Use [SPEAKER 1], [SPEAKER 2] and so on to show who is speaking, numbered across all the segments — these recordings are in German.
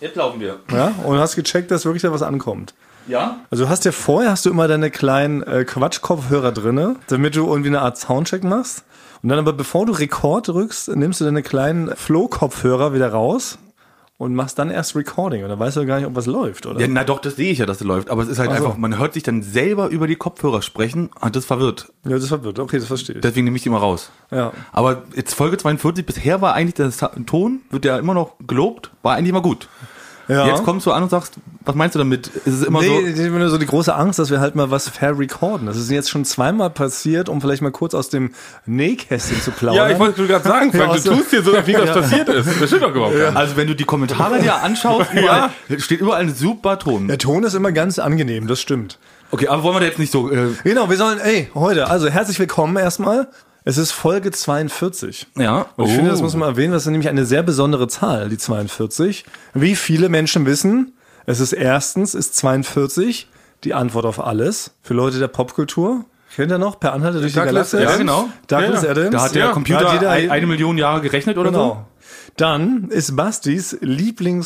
[SPEAKER 1] Jetzt laufen wir.
[SPEAKER 2] Ja? Und hast gecheckt, dass wirklich da was ankommt.
[SPEAKER 1] Ja?
[SPEAKER 2] Also du hast ja vorher hast du immer deine kleinen äh, Quatschkopfhörer drinne, damit du irgendwie eine Art Soundcheck machst. Und dann aber bevor du Rekord drückst, nimmst du deine kleinen Flow-Kopfhörer wieder raus und machst dann erst Recording. Und dann weißt du gar nicht, ob was läuft, oder?
[SPEAKER 1] Ja, na doch, das sehe ich ja, dass das läuft. Aber es ist halt
[SPEAKER 2] Ach so.
[SPEAKER 1] einfach, man hört sich dann selber über die Kopfhörer sprechen und das verwirrt.
[SPEAKER 2] Ja, das verwirrt. Okay, das verstehe ich.
[SPEAKER 1] Deswegen nehme ich die mal raus.
[SPEAKER 2] Ja.
[SPEAKER 1] Aber jetzt Folge 42, bisher war eigentlich der Sa- Ton, wird ja immer noch gelobt, war eigentlich immer gut.
[SPEAKER 2] ja.
[SPEAKER 1] Jetzt kommst du an und sagst, was meinst du damit? Ist es immer
[SPEAKER 2] nee,
[SPEAKER 1] so?
[SPEAKER 2] ich habe nur so die große Angst, dass wir halt mal was verrecorden. Das ist jetzt schon zweimal passiert, um vielleicht mal kurz aus dem Nähkästchen zu plaudern.
[SPEAKER 3] Ja, ich wollte gerade sagen, Frank,
[SPEAKER 2] Ja,
[SPEAKER 3] du
[SPEAKER 2] also-
[SPEAKER 3] tust hier so, wie das passiert ist. Das stimmt doch überhaupt gar nicht.
[SPEAKER 1] Also wenn du die Kommentare dir anschaust, überall, steht überall ein super Ton.
[SPEAKER 2] Der Ton ist immer ganz angenehm, das stimmt.
[SPEAKER 1] Okay, aber wollen wir da jetzt nicht so... Äh,
[SPEAKER 2] Genau, wir sollen, ey, heute, also herzlich willkommen erstmal. Es ist Folge 42.
[SPEAKER 1] ja.
[SPEAKER 2] Und ich finde, das
[SPEAKER 1] Oh.
[SPEAKER 2] muss man erwähnen, das ist nämlich eine sehr besondere Zahl, die 42. Wie viele Menschen wissen, es ist erstens, ist 42 die Antwort auf alles für Leute der Popkultur. Kennt ihr noch? Per Anhalter durch
[SPEAKER 3] Douglas
[SPEAKER 2] die Galaxis.
[SPEAKER 1] Adams. Ja, genau.
[SPEAKER 2] Douglas
[SPEAKER 3] Ja, ja.
[SPEAKER 2] Adams.
[SPEAKER 1] Da hat der
[SPEAKER 3] Oh. Ja,
[SPEAKER 2] da
[SPEAKER 1] Computer
[SPEAKER 2] hat jeder-
[SPEAKER 1] ein, eine Million Jahre gerechnet oder so?
[SPEAKER 2] Genau. Dann ist Bastis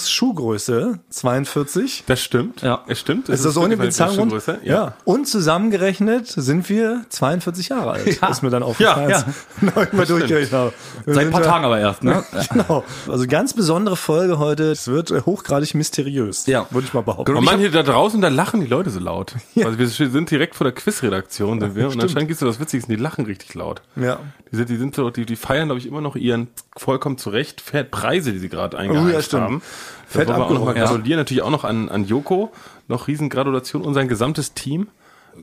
[SPEAKER 2] Lieblingsschuhgröße 42.
[SPEAKER 3] Das stimmt.
[SPEAKER 1] Ja.
[SPEAKER 3] Es stimmt.
[SPEAKER 2] Ist das ohne bizarren Grund?
[SPEAKER 3] Größe?
[SPEAKER 2] Ja. Und zusammengerechnet sind wir 42 Jahre alt. Ist mir dann aufgefallen.
[SPEAKER 1] Ja,
[SPEAKER 2] Ja, ja. ich mal durchgerechnet habe. Wir
[SPEAKER 1] Seit ein
[SPEAKER 2] sind
[SPEAKER 1] paar
[SPEAKER 2] ja-
[SPEAKER 1] Tagen aber erst, ne?
[SPEAKER 2] Genau. Also ganz besondere Folge heute. Es wird äh, hochgradig mysteriös.
[SPEAKER 1] Ja. Genau.
[SPEAKER 2] Würde ich mal behaupten.
[SPEAKER 3] Und
[SPEAKER 1] Ich
[SPEAKER 3] manche da draußen, da lachen die Leute so laut. Also wir sind direkt vor der Quizredaktion, sind wir. Und anscheinend gibt es so das Witzigste, die lachen richtig laut.
[SPEAKER 2] Ja.
[SPEAKER 3] Die, sind, die, sind so, die, die feiern, glaube ich, immer noch ihren vollkommen zu Recht fairen Preise, die sie gerade
[SPEAKER 2] Oh, ja,
[SPEAKER 3] eingeheimst
[SPEAKER 2] stimmt.
[SPEAKER 3] haben.
[SPEAKER 2] Fett
[SPEAKER 3] Fett wollen wir auch nochmal
[SPEAKER 2] abgeräumt, ja.
[SPEAKER 3] gratulieren. Natürlich auch noch an, an Joko. Noch Riesengratulation und sein gesamtes Team.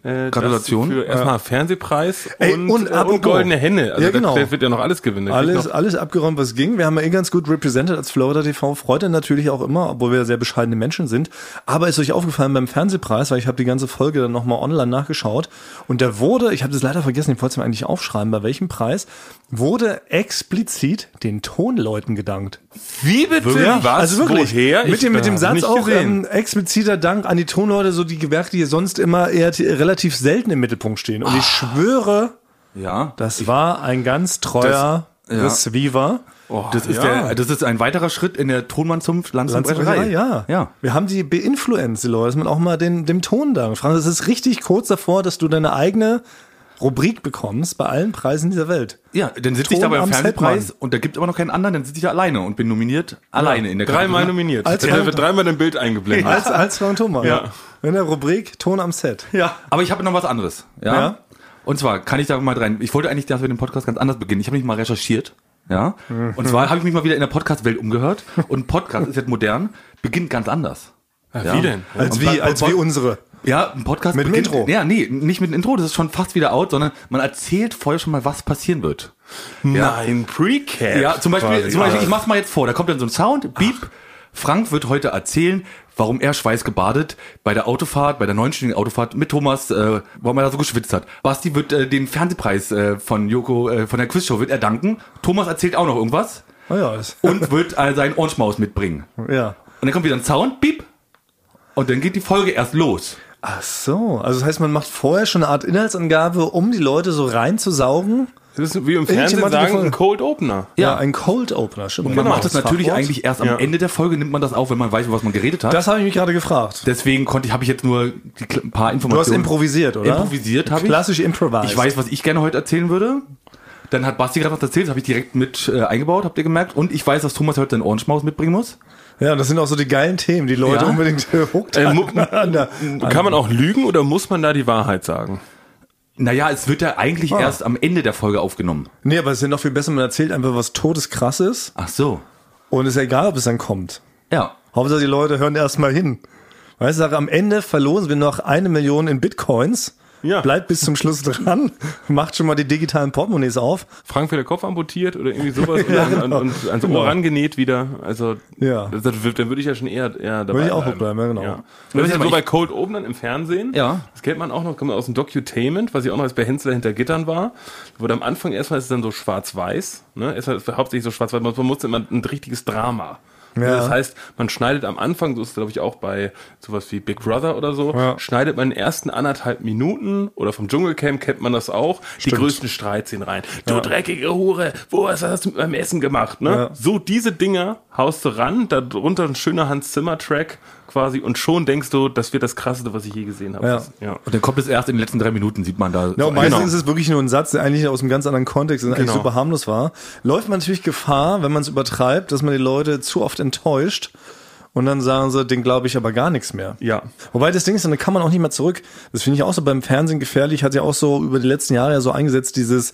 [SPEAKER 3] Äh,
[SPEAKER 1] Gratulation.
[SPEAKER 3] das Für erstmal Fernsehpreis
[SPEAKER 2] Ey,
[SPEAKER 3] und,
[SPEAKER 2] und
[SPEAKER 3] äh,
[SPEAKER 2] apropos.
[SPEAKER 3] und goldene Henne. Also
[SPEAKER 2] Ja,
[SPEAKER 3] ja,
[SPEAKER 2] genau.
[SPEAKER 3] genau. das wird ja noch alles gewinnen. Da kriegt
[SPEAKER 2] Alles,
[SPEAKER 3] noch,
[SPEAKER 2] alles abgeräumt, was ging. Wir haben ja eh ganz gut represented als Florida TV. Freut ihn natürlich auch immer, obwohl wir sehr bescheidene Menschen sind. Aber ist euch aufgefallen beim Fernsehpreis, weil ich habe die ganze Folge dann nochmal online nachgeschaut. Und da wurde, ich habe das leider vergessen, ich wollte es mir eigentlich aufschreiben, bei welchem Preis, wurde explizit den Tonleuten gedankt.
[SPEAKER 3] wie bitte?
[SPEAKER 2] Ja,
[SPEAKER 3] Was?
[SPEAKER 2] also wirklich.
[SPEAKER 3] Woher?
[SPEAKER 2] Mit dem, mit dem
[SPEAKER 3] hab's
[SPEAKER 2] Satz
[SPEAKER 3] nicht
[SPEAKER 2] auch ähm,
[SPEAKER 3] gesehen.
[SPEAKER 2] expliziter Dank an die Tonleute, so die Gewerke, die sonst immer eher t- relativ selten im Mittelpunkt stehen.
[SPEAKER 3] Ah.
[SPEAKER 2] Und ich schwöre,
[SPEAKER 1] Ja.
[SPEAKER 2] das war ein ganz treuer
[SPEAKER 1] Das- ja.
[SPEAKER 2] Receiver.
[SPEAKER 1] das, ist
[SPEAKER 3] ja.
[SPEAKER 1] der, das ist ein weiterer Schritt in der Tonmannzunft Lanzenbretterei.
[SPEAKER 2] ja.
[SPEAKER 1] ja.
[SPEAKER 2] Wir haben die beinfluenced, die Leute, dass man auch mal den, dem Ton dankt. Franz, es ist richtig kurz davor, dass du deine eigene Rubrik bekommst bei allen Preisen dieser Welt.
[SPEAKER 1] Ja, dann sitze ich
[SPEAKER 2] Ton
[SPEAKER 1] da beim
[SPEAKER 2] am
[SPEAKER 1] Fernsehpreis
[SPEAKER 2] Setmann.
[SPEAKER 1] und da gibt aber noch keinen anderen, dann sitze ich da alleine und bin nominiert. Alleine in der
[SPEAKER 3] Dreimal
[SPEAKER 1] Kategorie.
[SPEAKER 3] nominiert.
[SPEAKER 2] Als
[SPEAKER 3] da
[SPEAKER 2] Frank-
[SPEAKER 3] wird dreimal dein Bild eingeblendet.
[SPEAKER 2] Als, als Frank Thomas.
[SPEAKER 3] Ja.
[SPEAKER 2] In der Rubrik Ton am Set.
[SPEAKER 1] Ja. Aber ich habe noch was anderes. Ja?
[SPEAKER 2] Ja.
[SPEAKER 1] Und zwar kann ich da mal rein. Ich wollte eigentlich, dass wir den Podcast ganz anders beginnen. Ich habe mich mal recherchiert. Ja. Und zwar habe ich mich mal wieder in der Podcast-Welt umgehört. Und Podcast ist jetzt modern, beginnt ganz anders.
[SPEAKER 3] Ja, Wie denn?
[SPEAKER 2] Als
[SPEAKER 1] Und
[SPEAKER 2] wie,
[SPEAKER 1] bei-
[SPEAKER 2] als
[SPEAKER 1] bei-
[SPEAKER 2] wie unsere.
[SPEAKER 1] Ja, ein Podcast
[SPEAKER 2] Mit dem
[SPEAKER 1] beginnt,
[SPEAKER 2] Intro.
[SPEAKER 1] Ja, nee, nicht mit dem Intro, das ist schon fast wieder out, sondern man erzählt vorher schon mal, was passieren wird.
[SPEAKER 3] Nein, Precap.
[SPEAKER 1] Ja, zum Beispiel,
[SPEAKER 3] quasi.
[SPEAKER 1] zum Beispiel ich mach's mal jetzt vor, da kommt dann so ein Sound, beep. Frank wird heute erzählen, warum er schweißgebadet bei der Autofahrt, bei der neunstündigen Autofahrt mit Thomas, äh, warum er da so geschwitzt hat. Basti wird äh, den Fernsehpreis äh, von Joko, äh, von der Quizshow wird er danken. Thomas erzählt auch noch irgendwas
[SPEAKER 2] Oh ja, das,
[SPEAKER 1] und wird äh, seinen Orange Maus mitbringen.
[SPEAKER 2] ja.
[SPEAKER 1] Und dann kommt wieder ein Sound, beep. Und dann geht die Folge erst los.
[SPEAKER 2] Ach so, also das heißt, man macht vorher schon eine Art Inhaltsangabe, um die Leute so reinzusaugen.
[SPEAKER 3] Das ist wie im
[SPEAKER 2] Ich
[SPEAKER 3] Fernsehen
[SPEAKER 2] meinte
[SPEAKER 3] sagen,
[SPEAKER 2] bevor-
[SPEAKER 3] ein Cold Opener.
[SPEAKER 2] Ja, ein Cold Opener. Stimmt.
[SPEAKER 1] Man
[SPEAKER 2] Genau,
[SPEAKER 1] macht das natürlich
[SPEAKER 2] Fachwort.
[SPEAKER 1] eigentlich erst am
[SPEAKER 3] Ja.
[SPEAKER 1] Ende der Folge, nimmt man das auf, wenn man weiß, über was man geredet hat.
[SPEAKER 2] Das habe ich mich gerade gefragt.
[SPEAKER 1] Deswegen konnte ich, habe ich jetzt nur die, kle- ein paar
[SPEAKER 2] Du hast
[SPEAKER 1] Informationen.
[SPEAKER 2] improvisiert, oder?
[SPEAKER 1] Improvisiert habe ich.
[SPEAKER 2] Klassisch improvised.
[SPEAKER 1] Ich weiß, was ich gerne heute erzählen würde. Dann hat Basti gerade was erzählt, das habe ich direkt mit äh, eingebaut, habt ihr gemerkt. Und ich weiß, dass Thomas heute seinen Orange Maus mitbringen muss.
[SPEAKER 2] Ja, das sind auch so die geilen Themen, die Leute
[SPEAKER 1] Ja?
[SPEAKER 2] unbedingt äh, hooked
[SPEAKER 3] Äh, mu-
[SPEAKER 2] haben. an der-
[SPEAKER 3] Kann man auch lügen oder muss man da die Wahrheit sagen?
[SPEAKER 1] Naja, es wird ja eigentlich
[SPEAKER 2] Ah.
[SPEAKER 1] erst am Ende der Folge aufgenommen.
[SPEAKER 2] Nee, aber es ist ja noch viel besser, man erzählt einfach was Todeskrasses
[SPEAKER 1] Ach so.
[SPEAKER 2] und es ist egal, ob es dann kommt.
[SPEAKER 1] Ja.
[SPEAKER 2] Hauptsache, die Leute hören erstmal hin. Weißt du, sag, am Ende verlosen wir noch eine Million in Bitcoins.
[SPEAKER 3] Ja.
[SPEAKER 2] Bleibt bis zum Schluss dran. Macht schon mal die digitalen Portemonnaies auf.
[SPEAKER 3] Frank wird der Kopf amputiert oder irgendwie sowas
[SPEAKER 2] Ja,
[SPEAKER 3] und, dann
[SPEAKER 2] genau.
[SPEAKER 3] und, und ans
[SPEAKER 2] Genau.
[SPEAKER 3] Ohr rangenäht wieder. Also
[SPEAKER 2] Ja.
[SPEAKER 3] das, das, wird- dann würde ich ja schon eher, eher dabei
[SPEAKER 2] Würde ich auch bleiben, ja, genau.
[SPEAKER 3] Äh, Ja.
[SPEAKER 1] Ja,
[SPEAKER 3] Das
[SPEAKER 1] aber
[SPEAKER 3] ist ja so
[SPEAKER 1] ich-
[SPEAKER 3] bei Cold Openern im Fernsehen.
[SPEAKER 1] Ja.
[SPEAKER 3] Das kennt man auch noch, kommt aus dem Docutainment, was ich auch noch als bei Hensler hinter Gittern war. Wurde am Anfang erstmal ist es dann so schwarz-weiß. Ne? Erstmal ist es hauptsächlich so schwarz-weiß. Man man muss immer ein richtiges Drama.
[SPEAKER 2] Ja.
[SPEAKER 3] Das heißt, man schneidet am Anfang, so ist es glaube ich auch bei sowas wie Big Brother oder so,
[SPEAKER 2] Ja.
[SPEAKER 3] schneidet man in den ersten anderthalb Minuten oder vom Dschungelcamp kennt man das auch, die
[SPEAKER 2] Stimmt.
[SPEAKER 3] größten Streitszenen rein. Du dreckige Hure, wo hast, was hast du mit meinem Essen gemacht? Ne?
[SPEAKER 2] Ja.
[SPEAKER 3] So diese Dinger haust du ran, darunter ein schöner Hans-Zimmer-Track quasi und schon denkst du, das wird das Krasseste, was ich je gesehen habe.
[SPEAKER 2] Ja.
[SPEAKER 3] ja.
[SPEAKER 1] Und dann kommt es erst in den letzten drei Minuten, sieht man da.
[SPEAKER 2] Ja,
[SPEAKER 1] so
[SPEAKER 2] und meistens
[SPEAKER 3] Genau.
[SPEAKER 2] ist es wirklich nur ein Satz, der eigentlich aus einem ganz anderen Kontext und eigentlich
[SPEAKER 3] Genau.
[SPEAKER 2] super harmlos war. Läuft man natürlich Gefahr, wenn man es übertreibt, dass man die Leute zu oft enttäuscht und dann sagen sie, den glaube ich aber gar nichts mehr.
[SPEAKER 3] Ja.
[SPEAKER 2] Wobei das Ding ist, dann kann man auch nicht mehr zurück. Das finde ich auch so beim Fernsehen gefährlich, hat ja auch so über die letzten Jahre ja so eingesetzt, dieses,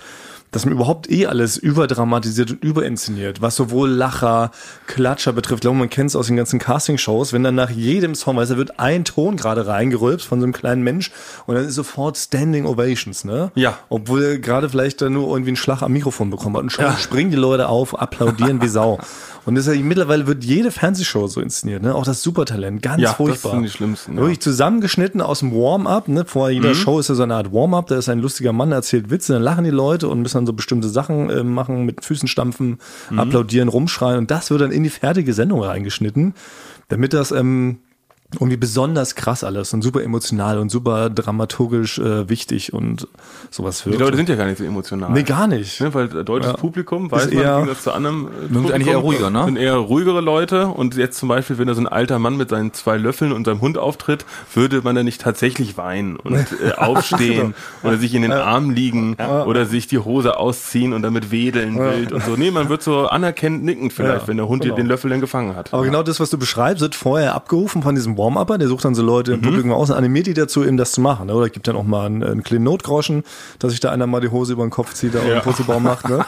[SPEAKER 2] dass man überhaupt eh alles überdramatisiert und überinszeniert, was sowohl Lacher, Klatscher betrifft. Ich glaube, man kennt es aus den ganzen Castingshows, wenn dann nach jedem Song, weißt du, wird ein Ton gerade reingerülpst von so einem kleinen Mensch und dann ist sofort Standing Ovations, ne?
[SPEAKER 3] Ja.
[SPEAKER 2] Obwohl er gerade vielleicht dann nur irgendwie einen Schlag am Mikrofon bekommen hat. Und schon springen die Leute auf, applaudieren wie Sau. Und das ist ja, mittlerweile wird jede Fernsehshow so inszeniert, ne? Auch das Supertalent, ganz
[SPEAKER 3] Ja, das
[SPEAKER 2] furchtbar.
[SPEAKER 3] sind die schlimmsten, ja. Mhm.
[SPEAKER 2] Wirklich zusammengeschnitten aus dem Warm-up, ne? Vor jeder Show ist ja so eine Art Warm-up, da ist ein lustiger Mann, der erzählt Witze, dann lachen die Leute und müssen dann so bestimmte Sachen äh, machen, mit Füßen stampfen,
[SPEAKER 3] Mhm.
[SPEAKER 2] applaudieren, rumschreien. Und das wird dann in die fertige Sendung reingeschnitten, damit das, ähm, irgendwie besonders krass alles und super emotional und super dramaturgisch äh, wichtig und sowas
[SPEAKER 3] Die
[SPEAKER 2] wirkt.
[SPEAKER 3] Leute sind ja gar nicht so emotional.
[SPEAKER 2] Nee, gar nicht.
[SPEAKER 3] Ne, weil äh, deutsches
[SPEAKER 2] Ja.
[SPEAKER 3] Publikum, weiß
[SPEAKER 2] Ist
[SPEAKER 3] man,
[SPEAKER 2] eher-
[SPEAKER 3] im Gegensatz zu anderem. äh, Publikum,
[SPEAKER 1] eigentlich eher ruhiger, ne?
[SPEAKER 3] Sind eher ruhigere Leute. Und jetzt zum Beispiel, wenn da so ein alter Mann mit seinen zwei Löffeln und seinem Hund auftritt, würde man da nicht tatsächlich weinen und äh,
[SPEAKER 2] Genau.
[SPEAKER 3] aufstehen oder sich in den Arm liegen oder sich die Hose ausziehen und damit wedeln wild und so. Nee, man wird so anerkennend nicken vielleicht,
[SPEAKER 2] Ja,
[SPEAKER 3] wenn der Hund dir
[SPEAKER 2] genau.
[SPEAKER 3] den Löffel dann gefangen hat.
[SPEAKER 2] Aber genau das, was du beschreibst, wird vorher abgerufen von diesem Warm-Upper, der sucht dann so Leute
[SPEAKER 1] Mhm.
[SPEAKER 2] im Publikum aus und animiert die dazu, eben das zu machen. Ne? Oder gibt dann auch mal einen, einen kleinen Notgroschen, dass sich da einer mal die Hose über den Kopf zieht und einen Putzelbaum macht. Ne?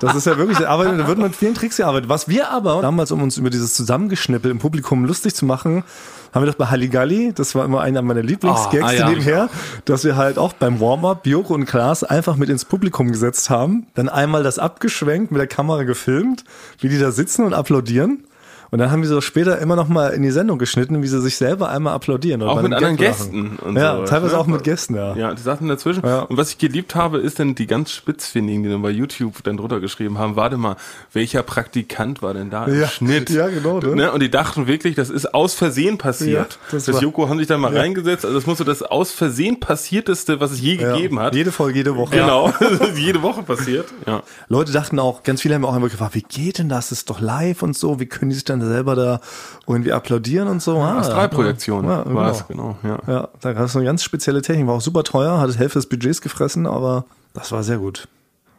[SPEAKER 2] Das ist ja wirklich, aber da wird mit vielen Tricks gearbeitet. Was wir aber damals, um uns über dieses Zusammengeschnippel im Publikum lustig zu machen, haben wir doch bei Halligalli, das war immer einer meiner Lieblingsgags
[SPEAKER 1] Ah, ah, ja.
[SPEAKER 2] nebenher, dass wir halt auch beim Warm-Up Björk und Klaas einfach mit ins Publikum gesetzt haben, dann einmal das abgeschwenkt, mit der Kamera gefilmt, wie die da sitzen und applaudieren. Und dann haben wir so später immer noch mal in die Sendung geschnitten, wie sie sich selber einmal applaudieren. oder
[SPEAKER 3] Auch
[SPEAKER 2] bei
[SPEAKER 3] mit
[SPEAKER 2] einem
[SPEAKER 3] anderen
[SPEAKER 2] Gag
[SPEAKER 3] Gästen
[SPEAKER 2] lachen.
[SPEAKER 3] und
[SPEAKER 2] ja,
[SPEAKER 3] so,
[SPEAKER 2] teilweise
[SPEAKER 3] ne?
[SPEAKER 2] auch mit Gästen, ja.
[SPEAKER 3] Ja, die saßen dazwischen.
[SPEAKER 2] Ja.
[SPEAKER 3] Und was ich geliebt habe, ist dann die ganz spitzfindigen, die dann bei YouTube dann drunter geschrieben haben, warte mal, welcher Praktikant war denn da im
[SPEAKER 2] Ja,
[SPEAKER 3] Schnitt?
[SPEAKER 2] ja, genau, ne?
[SPEAKER 3] Und die dachten wirklich, das ist aus Versehen passiert.
[SPEAKER 2] Ja, das
[SPEAKER 3] das
[SPEAKER 2] war-
[SPEAKER 3] Joko haben sich dann mal reingesetzt, also das muss so das aus Versehen passierteste, was es je
[SPEAKER 2] Ja.
[SPEAKER 3] gegeben hat.
[SPEAKER 2] Jede Folge, jede Woche.
[SPEAKER 3] Genau, das ist jede Woche passiert. Ja.
[SPEAKER 2] Leute dachten auch, ganz viele haben auch immer gefragt, wie geht denn das? Das ist doch live und so. Wie können die sich dann selber da irgendwie applaudieren und so? Ah,
[SPEAKER 3] Astralprojektion
[SPEAKER 2] ja,
[SPEAKER 3] war es, genau. Ja.
[SPEAKER 2] Ja, da gab es eine ganz spezielle Technik. War auch super teuer, hat das Hälfte des Budgets gefressen, aber das war sehr gut.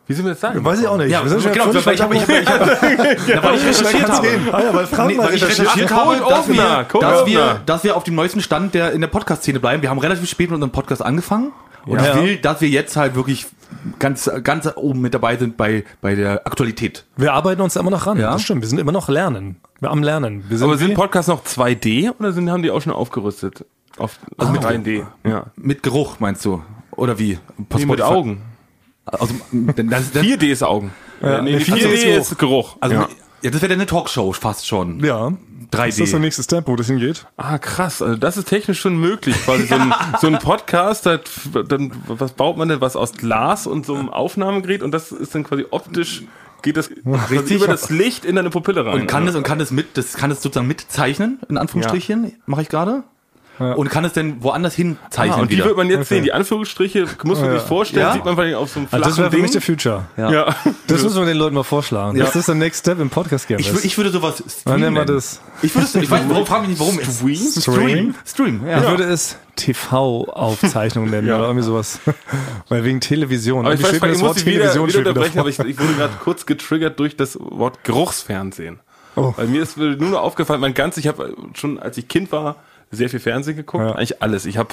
[SPEAKER 3] Wie sind wir jetzt da?
[SPEAKER 2] Weiß ich auch nicht.
[SPEAKER 1] Ja,
[SPEAKER 2] Wir sind schon
[SPEAKER 1] genau,
[SPEAKER 2] völlig
[SPEAKER 1] weil ich, hab- ich, hab- ich, hab- Na, weil ich recherchiert
[SPEAKER 2] kann's
[SPEAKER 1] habe.
[SPEAKER 2] gehen. Ah, ja, weil Frank
[SPEAKER 1] Nee,
[SPEAKER 2] mal
[SPEAKER 1] weil ich
[SPEAKER 2] recherchiert
[SPEAKER 1] recherchiert
[SPEAKER 3] hat.
[SPEAKER 1] habe, dass
[SPEAKER 3] Cold Opener,
[SPEAKER 1] wir,
[SPEAKER 3] Cold
[SPEAKER 1] dass,
[SPEAKER 3] Opener.
[SPEAKER 1] wir, dass wir auf dem neuesten Stand der in der Podcast-Szene bleiben. Wir haben relativ spät mit unserem Podcast angefangen. Und
[SPEAKER 2] Ja.
[SPEAKER 1] ich will, dass wir jetzt halt wirklich ganz, ganz oben mit dabei sind bei, bei der Aktualität.
[SPEAKER 2] Wir arbeiten uns immer noch ran.
[SPEAKER 1] Ja.
[SPEAKER 2] Das stimmt. Wir sind immer noch lernen. Wir am Lernen. Wir sind
[SPEAKER 3] Aber sind
[SPEAKER 2] wie-
[SPEAKER 3] Podcasts noch 2D oder sind, haben die auch schon aufgerüstet? Auf,
[SPEAKER 2] Ah.
[SPEAKER 3] also mit 3D. Ja.
[SPEAKER 1] Mit Geruch, meinst du? Oder wie?
[SPEAKER 3] Nee, mit Augen.
[SPEAKER 1] Also, dann- das, das,
[SPEAKER 3] 4D ist Augen. Ja, nee,
[SPEAKER 2] nee,
[SPEAKER 3] 4D,
[SPEAKER 2] 4D
[SPEAKER 3] ist Geruch.
[SPEAKER 1] also
[SPEAKER 3] ja.
[SPEAKER 1] ja. das wäre dann eine Talkshow fast schon.
[SPEAKER 2] ja.
[SPEAKER 1] 3D.
[SPEAKER 2] Ist das der nächste Step, wo das hingeht?
[SPEAKER 3] Ah, krass. Also das ist technisch schon möglich. Quasi so, ein, so ein Podcast, da, dann, was baut man denn? Was aus Glas und so einem Aufnahmegerät und das ist dann quasi optisch, geht das quasi
[SPEAKER 1] Richtig.
[SPEAKER 3] über das Licht in deine Pupille rein.
[SPEAKER 1] Und kann es und kann es mit, das kann es sozusagen mitzeichnen, in Anführungsstrichen, mache ich gerade. Und kann es denn woanders hin zeichnen
[SPEAKER 3] ah, und die
[SPEAKER 1] wieder?
[SPEAKER 3] wird man jetzt sehen. Die Anführungsstriche muss man sich vorstellen.
[SPEAKER 1] Ja.
[SPEAKER 3] Sieht man vor allem auf so einem
[SPEAKER 1] Ah,
[SPEAKER 3] flachen
[SPEAKER 2] Also das wäre für
[SPEAKER 3] Ding.
[SPEAKER 2] mich der Future.
[SPEAKER 1] Ja.
[SPEAKER 3] ja.
[SPEAKER 2] Das müssen wir den Leuten mal vorschlagen. Das ist der Next Step im Podcast Game.
[SPEAKER 1] ich, wür- ich würde sowas
[SPEAKER 2] Dann
[SPEAKER 1] streamen.
[SPEAKER 2] nennen wir das.
[SPEAKER 1] Ich würde es, ich weiß, warum frage mich nicht, warum
[SPEAKER 3] Stream?
[SPEAKER 1] Stream, Stream, ja.
[SPEAKER 2] Ich würde es TV-Aufzeichnung nennen
[SPEAKER 3] Ja.
[SPEAKER 2] oder irgendwie sowas. Weil wegen Television. Und
[SPEAKER 3] Aber ich
[SPEAKER 2] wie
[SPEAKER 3] weiß,
[SPEAKER 2] steht mir
[SPEAKER 3] ich
[SPEAKER 2] das
[SPEAKER 3] muss
[SPEAKER 2] Wort
[SPEAKER 3] dich wieder,
[SPEAKER 2] Television
[SPEAKER 3] wieder
[SPEAKER 2] steht
[SPEAKER 3] unterbrechen,
[SPEAKER 2] vor?
[SPEAKER 3] aber ich, ich wurde gerade kurz getriggert durch das Wort Geruchsfernsehen.
[SPEAKER 2] Oh.
[SPEAKER 3] Weil mir ist nur noch aufgefallen, mein ganz, ich habe schon, als ich Kind war, sehr viel Fernsehen geguckt,
[SPEAKER 2] Ja.
[SPEAKER 3] eigentlich alles. Ich habe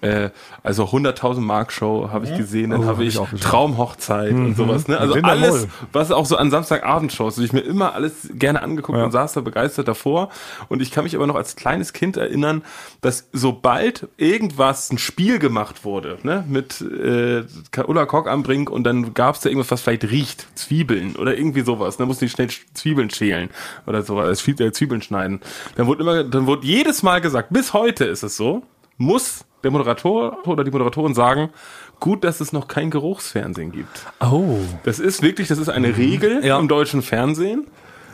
[SPEAKER 3] äh, also 100.000 Mark Show habe ich gesehen, dann habe
[SPEAKER 2] Hm? Oh, hab
[SPEAKER 3] ich,
[SPEAKER 2] ich auch gesehen. Mhm.
[SPEAKER 3] Traumhochzeit und sowas. Ne? Also
[SPEAKER 2] Linda
[SPEAKER 3] alles,
[SPEAKER 2] Moll.
[SPEAKER 3] was auch so an Samstagabendshows, also ich mir immer alles gerne angeguckt
[SPEAKER 2] Ja.
[SPEAKER 3] und saß da begeistert davor. Und ich kann mich aber noch als kleines Kind erinnern, dass sobald irgendwas ein Spiel gemacht wurde, ne, mit äh, Ulla Kock anbringen und dann gab's da irgendwas, was vielleicht riecht, Zwiebeln oder irgendwie sowas. Dann mussten die schnell Sch- Zwiebeln schälen oder sowas, Zwie- äh, Zwiebeln schneiden. Dann wurde immer, dann wurde jedes Mal gesagt, bis heute ist es so, muss der Moderator oder die Moderatorin sagen, gut, dass es noch kein Geruchsfernsehen gibt.
[SPEAKER 2] Oh. Mhm.
[SPEAKER 3] Das ist wirklich, das ist eine Regel
[SPEAKER 1] Ja.
[SPEAKER 3] im deutschen Fernsehen.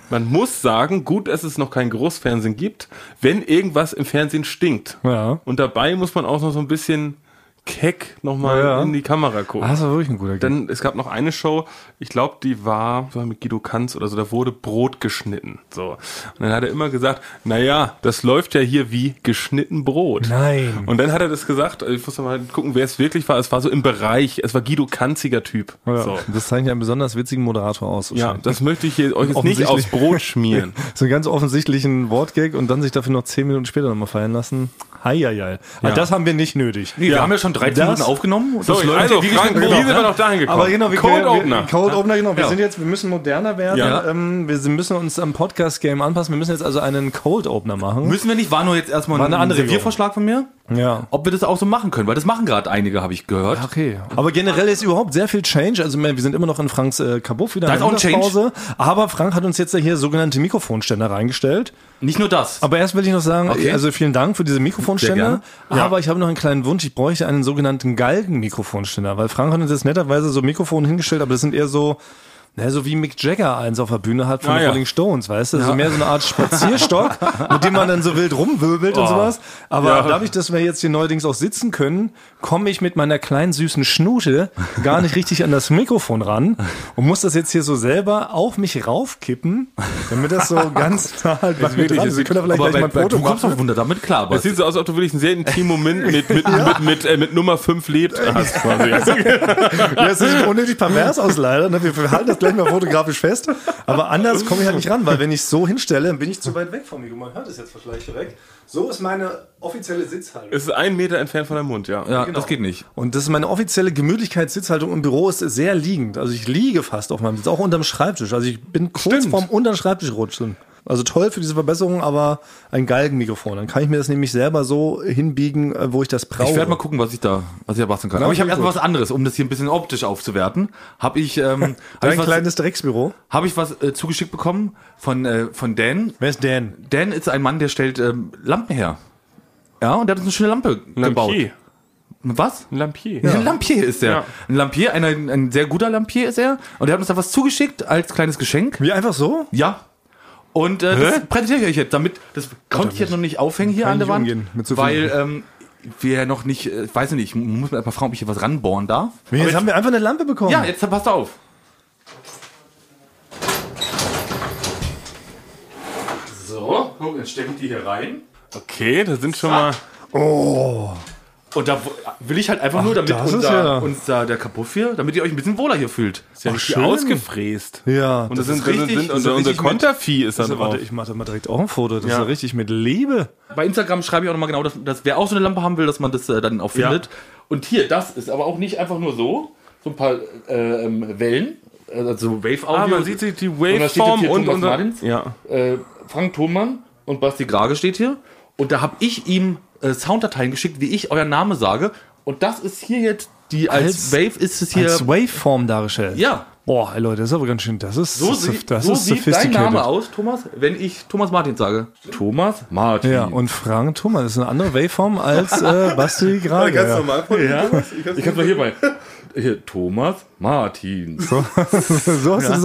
[SPEAKER 3] Man muss sagen, gut, dass es noch kein Großfernsehen gibt, wenn irgendwas im Fernsehen stinkt.
[SPEAKER 2] Ja.
[SPEAKER 3] Und dabei muss man auch noch so ein bisschen keck nochmal
[SPEAKER 2] Ja, ja.
[SPEAKER 3] in die Kamera gucken.
[SPEAKER 2] Ah, Das war wirklich ein guter Gag.
[SPEAKER 3] Dann, es gab noch eine Show, ich glaube, die war, war mit Guido Kanz oder so, da wurde Brot geschnitten. So. Und dann hat er immer gesagt, naja, das läuft ja hier wie geschnitten Brot.
[SPEAKER 2] Nein.
[SPEAKER 3] Und dann hat er das gesagt, ich muss noch mal gucken, wer es wirklich war. Es war so im Bereich, es war Guido Kanziger Typ.
[SPEAKER 2] Ja.
[SPEAKER 3] So.
[SPEAKER 2] Das zeichnet einen besonders witzigen Moderator aus.
[SPEAKER 3] Ja, das möchte ich hier euch jetzt nicht
[SPEAKER 2] Offensichtlich.
[SPEAKER 3] aufs Brot schmieren.
[SPEAKER 2] So einen ganz offensichtlichen Wortgag und dann sich dafür noch zehn Minuten später nochmal feiern lassen. Heieiei. Also das haben wir nicht nötig.
[SPEAKER 1] Nee, wir haben ja schon 13
[SPEAKER 2] Das-
[SPEAKER 1] Minuten aufgenommen. und das
[SPEAKER 3] Sorry,
[SPEAKER 1] läuft
[SPEAKER 3] also,
[SPEAKER 1] wie
[SPEAKER 3] Frank,
[SPEAKER 1] geschnitten
[SPEAKER 3] wie
[SPEAKER 1] Brot,
[SPEAKER 3] sind wir
[SPEAKER 1] ne?
[SPEAKER 3] noch dahin gekommen?
[SPEAKER 2] Aber genau, wir,
[SPEAKER 3] Cold
[SPEAKER 2] wir,
[SPEAKER 3] Opener.
[SPEAKER 2] Wir, Cold Opener, genau. Wir
[SPEAKER 1] Ja.
[SPEAKER 2] sind jetzt, wir müssen moderner werden.
[SPEAKER 3] Ja.
[SPEAKER 2] Ähm, wir müssen uns am Podcast-Game anpassen. Wir müssen jetzt also einen Cold Opener machen.
[SPEAKER 1] Müssen wir nicht, war nur jetzt erstmal
[SPEAKER 2] eine
[SPEAKER 1] ein
[SPEAKER 2] Anregung.
[SPEAKER 1] Reviervorschlag von mir,
[SPEAKER 2] Ja.
[SPEAKER 1] ob wir das auch so machen können, weil das machen gerade einige, habe ich gehört.
[SPEAKER 2] Okay. Aber generell ist überhaupt sehr viel Change. Also wir sind immer noch in Franks äh, Kabuff wieder
[SPEAKER 1] Da
[SPEAKER 2] in
[SPEAKER 1] ist auch ein
[SPEAKER 2] der Mittagspause. Aber Frank hat uns jetzt hier sogenannte Mikrofonständer reingestellt.
[SPEAKER 1] Nicht nur das.
[SPEAKER 2] Aber erst will ich noch sagen,
[SPEAKER 1] Okay.
[SPEAKER 2] also vielen Dank für diese Mikrofonständer.
[SPEAKER 1] Sehr gerne.
[SPEAKER 2] Aber ich habe noch einen kleinen Wunsch. Ich bräuchte einen sogenannten Galgen-Mikrofonständer, weil Frank hat uns jetzt netterweise so Mikrofone hingestellt, aber das sind eher so, naja, so wie Mick Jagger eins auf der Bühne hat von
[SPEAKER 3] Ah,
[SPEAKER 2] den
[SPEAKER 3] ja.
[SPEAKER 2] Rolling Stones, weißt du? Also mehr so eine Art Spazierstock, mit dem man dann so wild rumwirbelt und sowas. Aber
[SPEAKER 3] Ja.
[SPEAKER 2] dadurch, dass wir jetzt hier neuerdings auch sitzen können, komme ich mit meiner kleinen süßen Schnute gar nicht richtig an das Mikrofon ran und muss das jetzt hier so selber auf mich raufkippen, damit das so ganz nah halt bei mir
[SPEAKER 3] wirklich,
[SPEAKER 2] dran
[SPEAKER 3] es
[SPEAKER 2] ist. Wir
[SPEAKER 3] sieht-
[SPEAKER 2] können da vielleicht
[SPEAKER 1] Aber
[SPEAKER 2] gleich
[SPEAKER 1] bei,
[SPEAKER 2] mal ein
[SPEAKER 1] bei,
[SPEAKER 2] Foto
[SPEAKER 1] du kommst
[SPEAKER 2] machen.
[SPEAKER 1] doch wunder damit klar,
[SPEAKER 3] Es
[SPEAKER 1] Basti.
[SPEAKER 3] sieht so aus, als ob du wirklich einen sehr intimen Moment mit, mit, mit, mit, äh, mit Nummer 5 lebt hast. Quasi.
[SPEAKER 2] Ja, es sieht unnötig pervers aus leider. ne? Wir wir halten das gleich mal fotografisch fest. Aber anders komme ich halt nicht ran, weil wenn ich so hinstelle, dann bin ich zu weit weg vom Mikro. Man hört es jetzt vielleicht direkt. So ist meine offizielle Sitzhaltung.
[SPEAKER 3] Es ist ein Meter entfernt von deinem Mund, ja.
[SPEAKER 1] ja,
[SPEAKER 2] Genau.
[SPEAKER 1] das geht nicht.
[SPEAKER 2] Und das ist meine offizielle Gemütlichkeitssitzhaltung im Büro ist sehr liegend. Also ich liege fast auf meinem Sitz, auch unterm Schreibtisch. Also ich bin kurz
[SPEAKER 3] Stimmt.
[SPEAKER 2] vorm unteren Schreibtisch rutschen. Also toll für diese Verbesserung, aber ein Galgenmikrofon. Dann kann ich mir das nämlich selber so hinbiegen, äh, wo ich das brauche.
[SPEAKER 1] Ich werde mal gucken, was ich da, was ich da basteln kann. Aber ich habe
[SPEAKER 2] finde ich
[SPEAKER 1] erstmal was anderes, um das hier ein bisschen optisch aufzuwerten. Habe ich, ähm, habe ich
[SPEAKER 2] Dein
[SPEAKER 1] was,
[SPEAKER 2] kleines Drecksbüro.
[SPEAKER 1] hab ich was äh, zugeschickt bekommen von, äh, von Dan.
[SPEAKER 2] Wer ist Dan?
[SPEAKER 1] Dan ist ein Mann, der stellt ähm, Lampen her. Ja, und der hat uns eine schöne Lampe gebaut.
[SPEAKER 3] Lampier.
[SPEAKER 1] Was?
[SPEAKER 3] Ein Lampier.
[SPEAKER 1] Ein Lampier ist er.
[SPEAKER 3] Ja.
[SPEAKER 1] Ein Lampier, einer, ein sehr guter Lampier ist er. Und er hat uns da was zugeschickt als kleines Geschenk.
[SPEAKER 2] Wie einfach so?
[SPEAKER 1] Ja. Und äh,
[SPEAKER 3] Hä?
[SPEAKER 1] das präsentiere ich euch jetzt, damit das konnte ich jetzt noch nicht aufhängen hier
[SPEAKER 2] Kann
[SPEAKER 1] an der
[SPEAKER 2] ich
[SPEAKER 1] Wand,
[SPEAKER 2] umgehen mit so viel-
[SPEAKER 1] weil ähm, wir ja noch nicht, äh, ich weiß nicht, ich muss mir erstmal fragen, ob ich hier was ranbohren darf.
[SPEAKER 2] Nee, Jetzt haben wir einfach eine Lampe bekommen.
[SPEAKER 1] Ja, jetzt passt auf. So, guck, jetzt stecke ich die hier rein.
[SPEAKER 3] Okay, da sind schon mal.
[SPEAKER 1] Und da wo- will ich halt einfach nur, damit
[SPEAKER 2] das ist
[SPEAKER 1] unser,
[SPEAKER 2] ja-
[SPEAKER 1] unser der Kapuff hier, damit ihr euch ein bisschen wohler hier fühlt.
[SPEAKER 3] Ist ja
[SPEAKER 2] Ach,
[SPEAKER 3] richtig
[SPEAKER 2] schön.
[SPEAKER 3] ausgefräst.
[SPEAKER 2] Ja,
[SPEAKER 3] Und
[SPEAKER 1] das
[SPEAKER 3] das, sind,
[SPEAKER 1] ist
[SPEAKER 3] das
[SPEAKER 1] richtig-
[SPEAKER 3] sind,
[SPEAKER 1] das ist
[SPEAKER 3] unser, unser
[SPEAKER 1] richtig mit-
[SPEAKER 3] Kontervieh ist da
[SPEAKER 2] Also,
[SPEAKER 3] drauf.
[SPEAKER 2] warte, ich mache da mal direkt auch ein Foto. Das
[SPEAKER 3] Ja.
[SPEAKER 2] ist ja richtig mit Liebe.
[SPEAKER 1] Bei Instagram schreibe ich auch nochmal genau, dass, dass wer auch so eine Lampe haben will, dass man das äh, dann auch findet. Und hier, das ist aber auch nicht einfach nur so, so ein paar äh, ähm, Wellen, äh, also Wave-Audio.
[SPEAKER 3] ah, man sieht sich die
[SPEAKER 1] und da steht jetzt
[SPEAKER 3] Waveform
[SPEAKER 1] hier
[SPEAKER 3] und,
[SPEAKER 1] Thomas
[SPEAKER 3] unser.
[SPEAKER 1] Martins,
[SPEAKER 3] Ja.
[SPEAKER 1] äh, Frank Thurmann und Basti Grage steht hier. Und da habe ich ihm äh, Sounddateien geschickt, wie ich euer Name sage. Und das ist hier jetzt, die als,
[SPEAKER 2] Als-
[SPEAKER 1] Wave ist es hier.
[SPEAKER 2] Als Waveform dargestellt.
[SPEAKER 1] ja,
[SPEAKER 2] Boah, ey, Leute, das ist aber ganz schön. Das ist,
[SPEAKER 1] so,
[SPEAKER 2] das,
[SPEAKER 1] sieht,
[SPEAKER 2] ist- das
[SPEAKER 1] so
[SPEAKER 2] ist
[SPEAKER 1] sieht dein
[SPEAKER 2] sophisticated.
[SPEAKER 1] Name aus, Thomas, wenn ich Thomas Martin sage. Thomas Martin.
[SPEAKER 2] Ja, und Frank Thomas ist eine andere Waveform als äh, Basti gerade. ja.
[SPEAKER 1] Ja, ich hab's doch hierbei. Hier, Thomas Martin.
[SPEAKER 2] so hast du das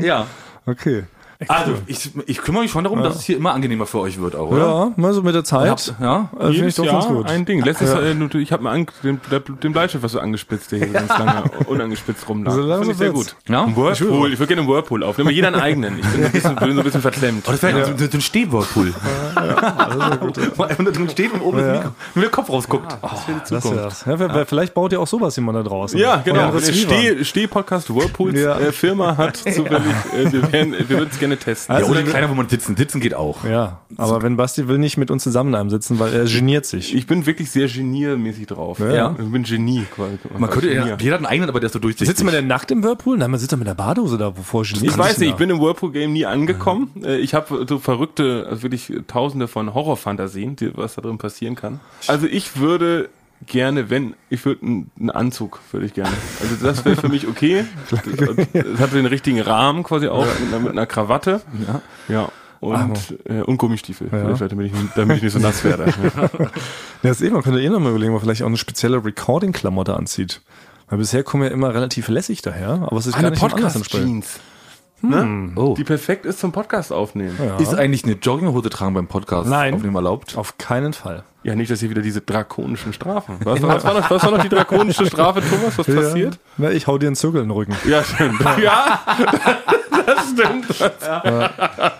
[SPEAKER 1] Ja.
[SPEAKER 2] Okay.
[SPEAKER 1] Also, ich, ich kümmere mich schon darum, dass es hier immer angenehmer für euch wird auch, oder?
[SPEAKER 2] Ja, mal so mit der Zeit.
[SPEAKER 1] Habt- ja.
[SPEAKER 2] äh, Finde ich
[SPEAKER 3] Jedes
[SPEAKER 2] doch ganz
[SPEAKER 3] Jahr
[SPEAKER 2] gut.
[SPEAKER 3] ein Ding. Letztes Jahr, äh, nur- ich habe mir an, den, den Bleistift, was so angespitzt, der hier ganz lange unangespitzt rumlag.
[SPEAKER 2] So langsam
[SPEAKER 3] Finde ich sehr
[SPEAKER 2] wird's.
[SPEAKER 3] gut.
[SPEAKER 1] Ja?
[SPEAKER 3] Ein Whirlpool. Ich würde gerne einen Whirlpool aufnehmen. Jeder einen eigenen. Ich bin so ein bisschen, bin so ein bisschen verklemmt.
[SPEAKER 1] Oh, das wäre so, so ein Stehwürfel. Wo einfach nur drin steht und oben das Mikro, nur der Kopf rausguckt.
[SPEAKER 2] Das wär's. Ja, wer- wer- Vielleicht baut ihr auch sowas jemand da draußen.
[SPEAKER 3] Ja, genau.
[SPEAKER 2] Oder
[SPEAKER 3] Der
[SPEAKER 2] Receiver.
[SPEAKER 3] Steh- Steh-Podcast Whirlpools
[SPEAKER 2] Ja.
[SPEAKER 3] äh, Firma hat zufällig, äh, wir, werden- wir würden es gerne testen.
[SPEAKER 1] ja,
[SPEAKER 2] Also,
[SPEAKER 1] oder kleiner, wo man sitzen. Sitzen geht auch.
[SPEAKER 2] Ja, aber wenn Basti will nicht mit uns zusammen in einem sitzen, weil er geniert sich.
[SPEAKER 3] Ich bin wirklich sehr geniermäßig drauf.
[SPEAKER 1] Ja.
[SPEAKER 3] Ich bin Genie quasi.
[SPEAKER 1] Man könnte,
[SPEAKER 3] Genier.
[SPEAKER 1] ja, jeder hat einen eigenen, aber der ist so durchsichtig.
[SPEAKER 2] Sitzt man denn nackt im Whirlpool? Nein, man sitzt doch mit der Badehose da, wovor geniert
[SPEAKER 3] Ich weiß nicht, ich bin im Whirlpool-Game nie angekommen. Äh, Ich habe so verrückte, also wirklich tausende von Horrorfantasien, die, was da drin passieren kann. Also ich würde gerne, wenn, ich würde einen einen Anzug, würde ich gerne. Also das wäre für mich okay. Es hatte den richtigen Rahmen quasi auch mit, einer, mit einer Krawatte. Ja. ja. Und, äh, und Gummistiefel, vielleicht, damit, ich, nicht- damit ich nicht so nass werde. Ja.
[SPEAKER 2] Ja, das ist eben, man könnte eh noch mal überlegen, ob man vielleicht auch eine spezielle Recording-Klamotte anzieht. Weil bisher kommen wir immer relativ lässig daher, aber es ist gar nicht anders entsprechend.
[SPEAKER 3] Podcast-Jeans. ne?
[SPEAKER 1] Oh.
[SPEAKER 3] die perfekt ist zum Podcast aufnehmen. Ja.
[SPEAKER 1] Ist eigentlich eine Jogginghose tragen beim Podcast
[SPEAKER 2] Nein.
[SPEAKER 1] aufnehmen erlaubt?
[SPEAKER 2] Auf keinen Fall.
[SPEAKER 3] nicht, dass hier wieder diese drakonischen Strafen. Was, was, war, noch, was war noch die drakonische Strafe, Thomas? Was passiert?
[SPEAKER 2] Na, ich hau dir einen Zirkel in den Rücken.
[SPEAKER 3] Ja, stimmt. Ja, das stimmt.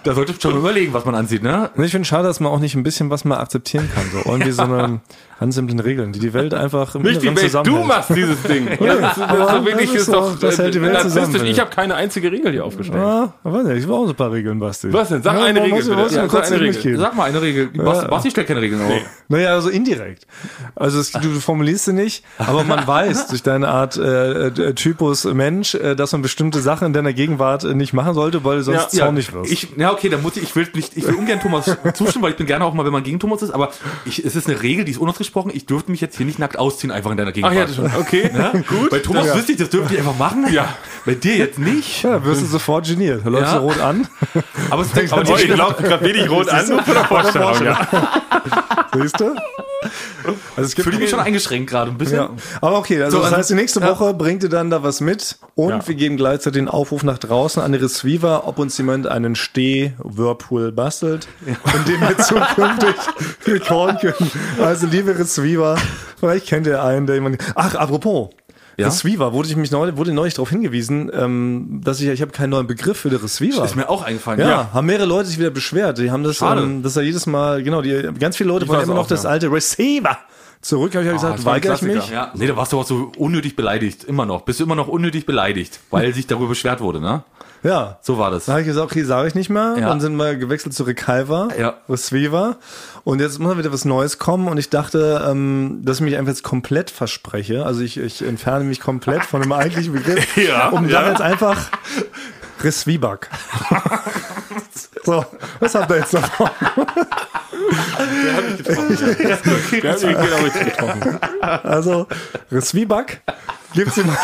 [SPEAKER 1] Da sollte man schon überlegen, was man anzieht, ne?
[SPEAKER 2] Und ich finde schade, dass man auch nicht ein bisschen was mal akzeptieren kann. So irgendwie so eine ganz simplen Regeln, die die Welt einfach im
[SPEAKER 3] Nicht die
[SPEAKER 2] Inneren
[SPEAKER 3] Welt, du
[SPEAKER 2] zusammenhält.
[SPEAKER 3] machst dieses Ding. Ja, das, ist- das ist
[SPEAKER 2] aber
[SPEAKER 3] doch wirklich
[SPEAKER 2] das ist
[SPEAKER 3] ist doch,
[SPEAKER 2] doch- das
[SPEAKER 3] äh,
[SPEAKER 2] hält halt die Welt
[SPEAKER 3] narzisstisch.
[SPEAKER 2] zusammen.
[SPEAKER 3] Ich habe keine einzige Regel hier aufgestellt.
[SPEAKER 2] Ja, weiß nicht, ich will auch so ein paar Regeln, Basti.
[SPEAKER 3] Was denn? Sag eine
[SPEAKER 2] warum
[SPEAKER 3] Regel
[SPEAKER 2] musst du-
[SPEAKER 3] bitte.
[SPEAKER 2] musst du
[SPEAKER 3] Ja,
[SPEAKER 2] mir
[SPEAKER 3] sag
[SPEAKER 2] kurz
[SPEAKER 3] eine
[SPEAKER 2] in mich
[SPEAKER 3] Regel.
[SPEAKER 2] gehen?
[SPEAKER 1] Sag mal eine Regel. Basti, Basti stellt keine Regeln auf.
[SPEAKER 2] Naja, also indirekt. Also es, du formulierst sie nicht, aber man weiß durch deine Art äh, äh, Typus Mensch, äh, dass man bestimmte Sachen in deiner Gegenwart äh, nicht machen sollte, weil du sonst
[SPEAKER 1] Ja,
[SPEAKER 2] zornig wirst.
[SPEAKER 1] Ich, ja, okay, dann muss ich, ich will nicht, ich will ungern Thomas zustimmen, weil ich bin gerne auch mal, wenn man gegen Thomas ist, aber ich, es ist eine Regel, die ist unausgesprochen, ich dürfte mich jetzt hier nicht nackt ausziehen, einfach in deiner Gegend.
[SPEAKER 3] Ach ja, das schon. Okay, gut.
[SPEAKER 1] Bei Thomas
[SPEAKER 2] Ja.
[SPEAKER 1] wüsste ich, das dürfte ich einfach machen.
[SPEAKER 3] Ja.
[SPEAKER 1] Bei dir jetzt nicht.
[SPEAKER 2] ja, wirst du sofort geniert. Da läufst
[SPEAKER 1] Ja.
[SPEAKER 2] du rot an.
[SPEAKER 1] Aber es ist aber
[SPEAKER 3] Oh, ich
[SPEAKER 1] die-
[SPEAKER 3] glaube gerade wenig rot an
[SPEAKER 1] Also
[SPEAKER 3] nur von der Vorstellung. Ja.
[SPEAKER 2] Siehst du? Also es gibt
[SPEAKER 1] fühle ich mich schon eingeschränkt gerade ein bisschen.
[SPEAKER 2] ja. Aber okay, also
[SPEAKER 1] So,
[SPEAKER 2] das
[SPEAKER 1] also-
[SPEAKER 2] heißt, die nächste
[SPEAKER 1] ja.
[SPEAKER 2] Woche bringt ihr dann da was mit und
[SPEAKER 3] Ja.
[SPEAKER 2] wir geben gleichzeitig den Aufruf nach draußen an die Receiver, ob uns jemand einen Steh-Whirlpool bastelt, in dem wir zukünftig recorden können. Also liebe Receiver, vielleicht kennt ihr einen, der jemand. Ach, apropos.
[SPEAKER 1] Ja?
[SPEAKER 2] Receiver, wurde ich mich neulich, wurde neulich darauf hingewiesen, ähm, dass ich, ich habe keinen neuen Begriff für den Receiver.
[SPEAKER 1] Ist mir auch eingefallen.
[SPEAKER 2] Ja, haben mehrere Leute sich wieder beschwert. Die haben das,
[SPEAKER 1] Schade.
[SPEAKER 2] ähm, das ist ja jedes Mal, genau, die, ganz viele Leute wollen
[SPEAKER 3] weiß
[SPEAKER 2] immer
[SPEAKER 3] auch,
[SPEAKER 2] noch das
[SPEAKER 3] ja.
[SPEAKER 2] alte Receiver zurück. Habe ich ja gesagt,
[SPEAKER 3] das war ein
[SPEAKER 2] weigere ich
[SPEAKER 3] Klassiker.
[SPEAKER 2] mich.
[SPEAKER 1] Ah, Ja, nee, da warst du auch so unnötig beleidigt, immer noch. Bist du immer noch unnötig beleidigt, weil sich darüber beschwert wurde, ne?
[SPEAKER 2] Ja.
[SPEAKER 1] So war das.
[SPEAKER 2] Dann habe ich gesagt, okay, sage ich nicht mehr.
[SPEAKER 1] Ja.
[SPEAKER 2] Dann sind wir gewechselt zu Recalva,
[SPEAKER 1] Ja.
[SPEAKER 2] Receiver. Und jetzt muss wieder was Neues kommen. Und ich dachte, ähm, dass ich mich einfach jetzt komplett verspreche. Also ich, ich entferne mich komplett von dem eigentlichen Begriff.
[SPEAKER 3] Ja,
[SPEAKER 2] um
[SPEAKER 3] ja.
[SPEAKER 2] dann jetzt einfach Reswieback. so, was habt ihr jetzt davon?
[SPEAKER 3] Ja, die geht auch richtig getroffen.
[SPEAKER 2] Also, Zwieback, gibt's jemand,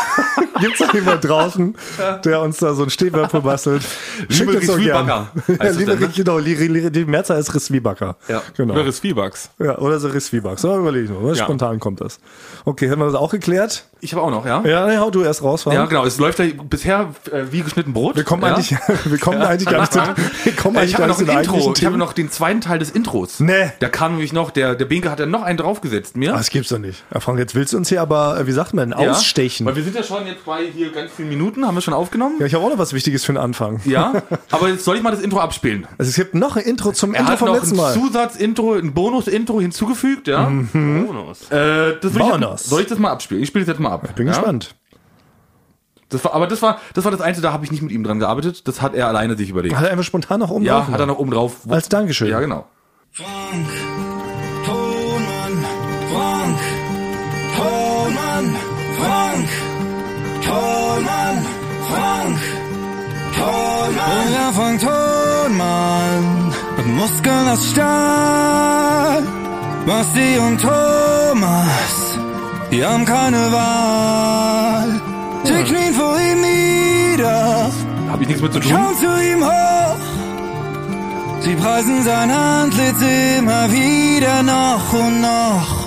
[SPEAKER 2] gibt's da jemand draußen, der uns da so einen Stehwerfer bastelt?
[SPEAKER 1] Liebe
[SPEAKER 2] uns doch
[SPEAKER 1] Zwiebacker,
[SPEAKER 2] gern.
[SPEAKER 1] heißt es
[SPEAKER 2] Ja,
[SPEAKER 1] dann,
[SPEAKER 2] liebe,
[SPEAKER 1] ne?
[SPEAKER 2] genau, li, li, die Mehrzahl ist Risswiebacker.
[SPEAKER 1] Ja.
[SPEAKER 2] Genau.
[SPEAKER 3] Oder Zwiebugs.
[SPEAKER 2] Ja, oder so Risswieback. So, überlegen wir, mal. ne?
[SPEAKER 3] Ja.
[SPEAKER 2] spontan kommt das. Okay, hätten wir das auch geklärt?
[SPEAKER 1] Ich habe auch noch, ja?
[SPEAKER 2] Ja, nee, hau du erst raus, Frank.
[SPEAKER 1] Ja, genau. Es läuft ja bisher äh, wie geschnitten Brot.
[SPEAKER 2] Wir kommen
[SPEAKER 1] ja?
[SPEAKER 2] eigentlich, wir kommen eigentlich gar nicht zu, wir kommen
[SPEAKER 1] Äh,
[SPEAKER 2] eigentlich
[SPEAKER 1] Ich
[SPEAKER 2] gar
[SPEAKER 1] habe
[SPEAKER 2] nicht
[SPEAKER 1] noch
[SPEAKER 2] zu
[SPEAKER 1] ein
[SPEAKER 2] den
[SPEAKER 1] Intro.
[SPEAKER 2] eigentlichen
[SPEAKER 1] Ich habe
[SPEAKER 2] Themen.
[SPEAKER 1] noch den zweiten Teil des Intros.
[SPEAKER 2] Nee.
[SPEAKER 1] Da kam nämlich noch, der, der Binke hat ja noch einen draufgesetzt mir.
[SPEAKER 2] Ah, Das gibt's doch nicht. Ja, Frank, jetzt willst du uns hier aber, äh, wie sagt man,
[SPEAKER 1] Ja.
[SPEAKER 2] ausstechen.
[SPEAKER 1] Weil wir sind ja schon jetzt bei hier ganz vielen Minuten, haben wir schon aufgenommen.
[SPEAKER 2] Ja, ich habe auch noch was Wichtiges für den Anfang.
[SPEAKER 1] Ja, aber jetzt soll ich mal das Intro abspielen.
[SPEAKER 2] Also es gibt noch ein Intro zum
[SPEAKER 1] Er
[SPEAKER 2] Intro
[SPEAKER 1] hat
[SPEAKER 2] vom
[SPEAKER 1] noch
[SPEAKER 2] letzten
[SPEAKER 1] ein
[SPEAKER 2] Mal. Mhm.
[SPEAKER 1] Zusatzintro, ein Bonus-Intro hinzugefügt, ja.
[SPEAKER 3] Bonus.
[SPEAKER 1] Äh, das will
[SPEAKER 2] Bonus.
[SPEAKER 1] Ich, soll ich das mal abspielen? Ich spiele das jetzt mal ab.
[SPEAKER 2] Bin
[SPEAKER 1] ja?
[SPEAKER 2] gespannt.
[SPEAKER 1] Das war, aber das war, das war das Einzige, da habe ich nicht mit ihm dran gearbeitet. Das hat er alleine sich überlegt.
[SPEAKER 2] Hat er einfach spontan noch um.
[SPEAKER 1] Ja, hat er noch oben drauf.
[SPEAKER 2] Als Dankeschön.
[SPEAKER 1] Ja, genau.
[SPEAKER 4] Frank, Thomann, Frank, Thomann, Frank, Thomann, Frank, Thomann. Ja, Frank er Thomann, mit Muskeln aus Stahl. Basti und Thomas, die haben keine Wahl. Sie knien vor ihm nieder.
[SPEAKER 1] Habe ich nichts mit zu tun.
[SPEAKER 4] Schauen zu ihm hoch. Sie preisen sein Antlitz immer wieder noch und noch.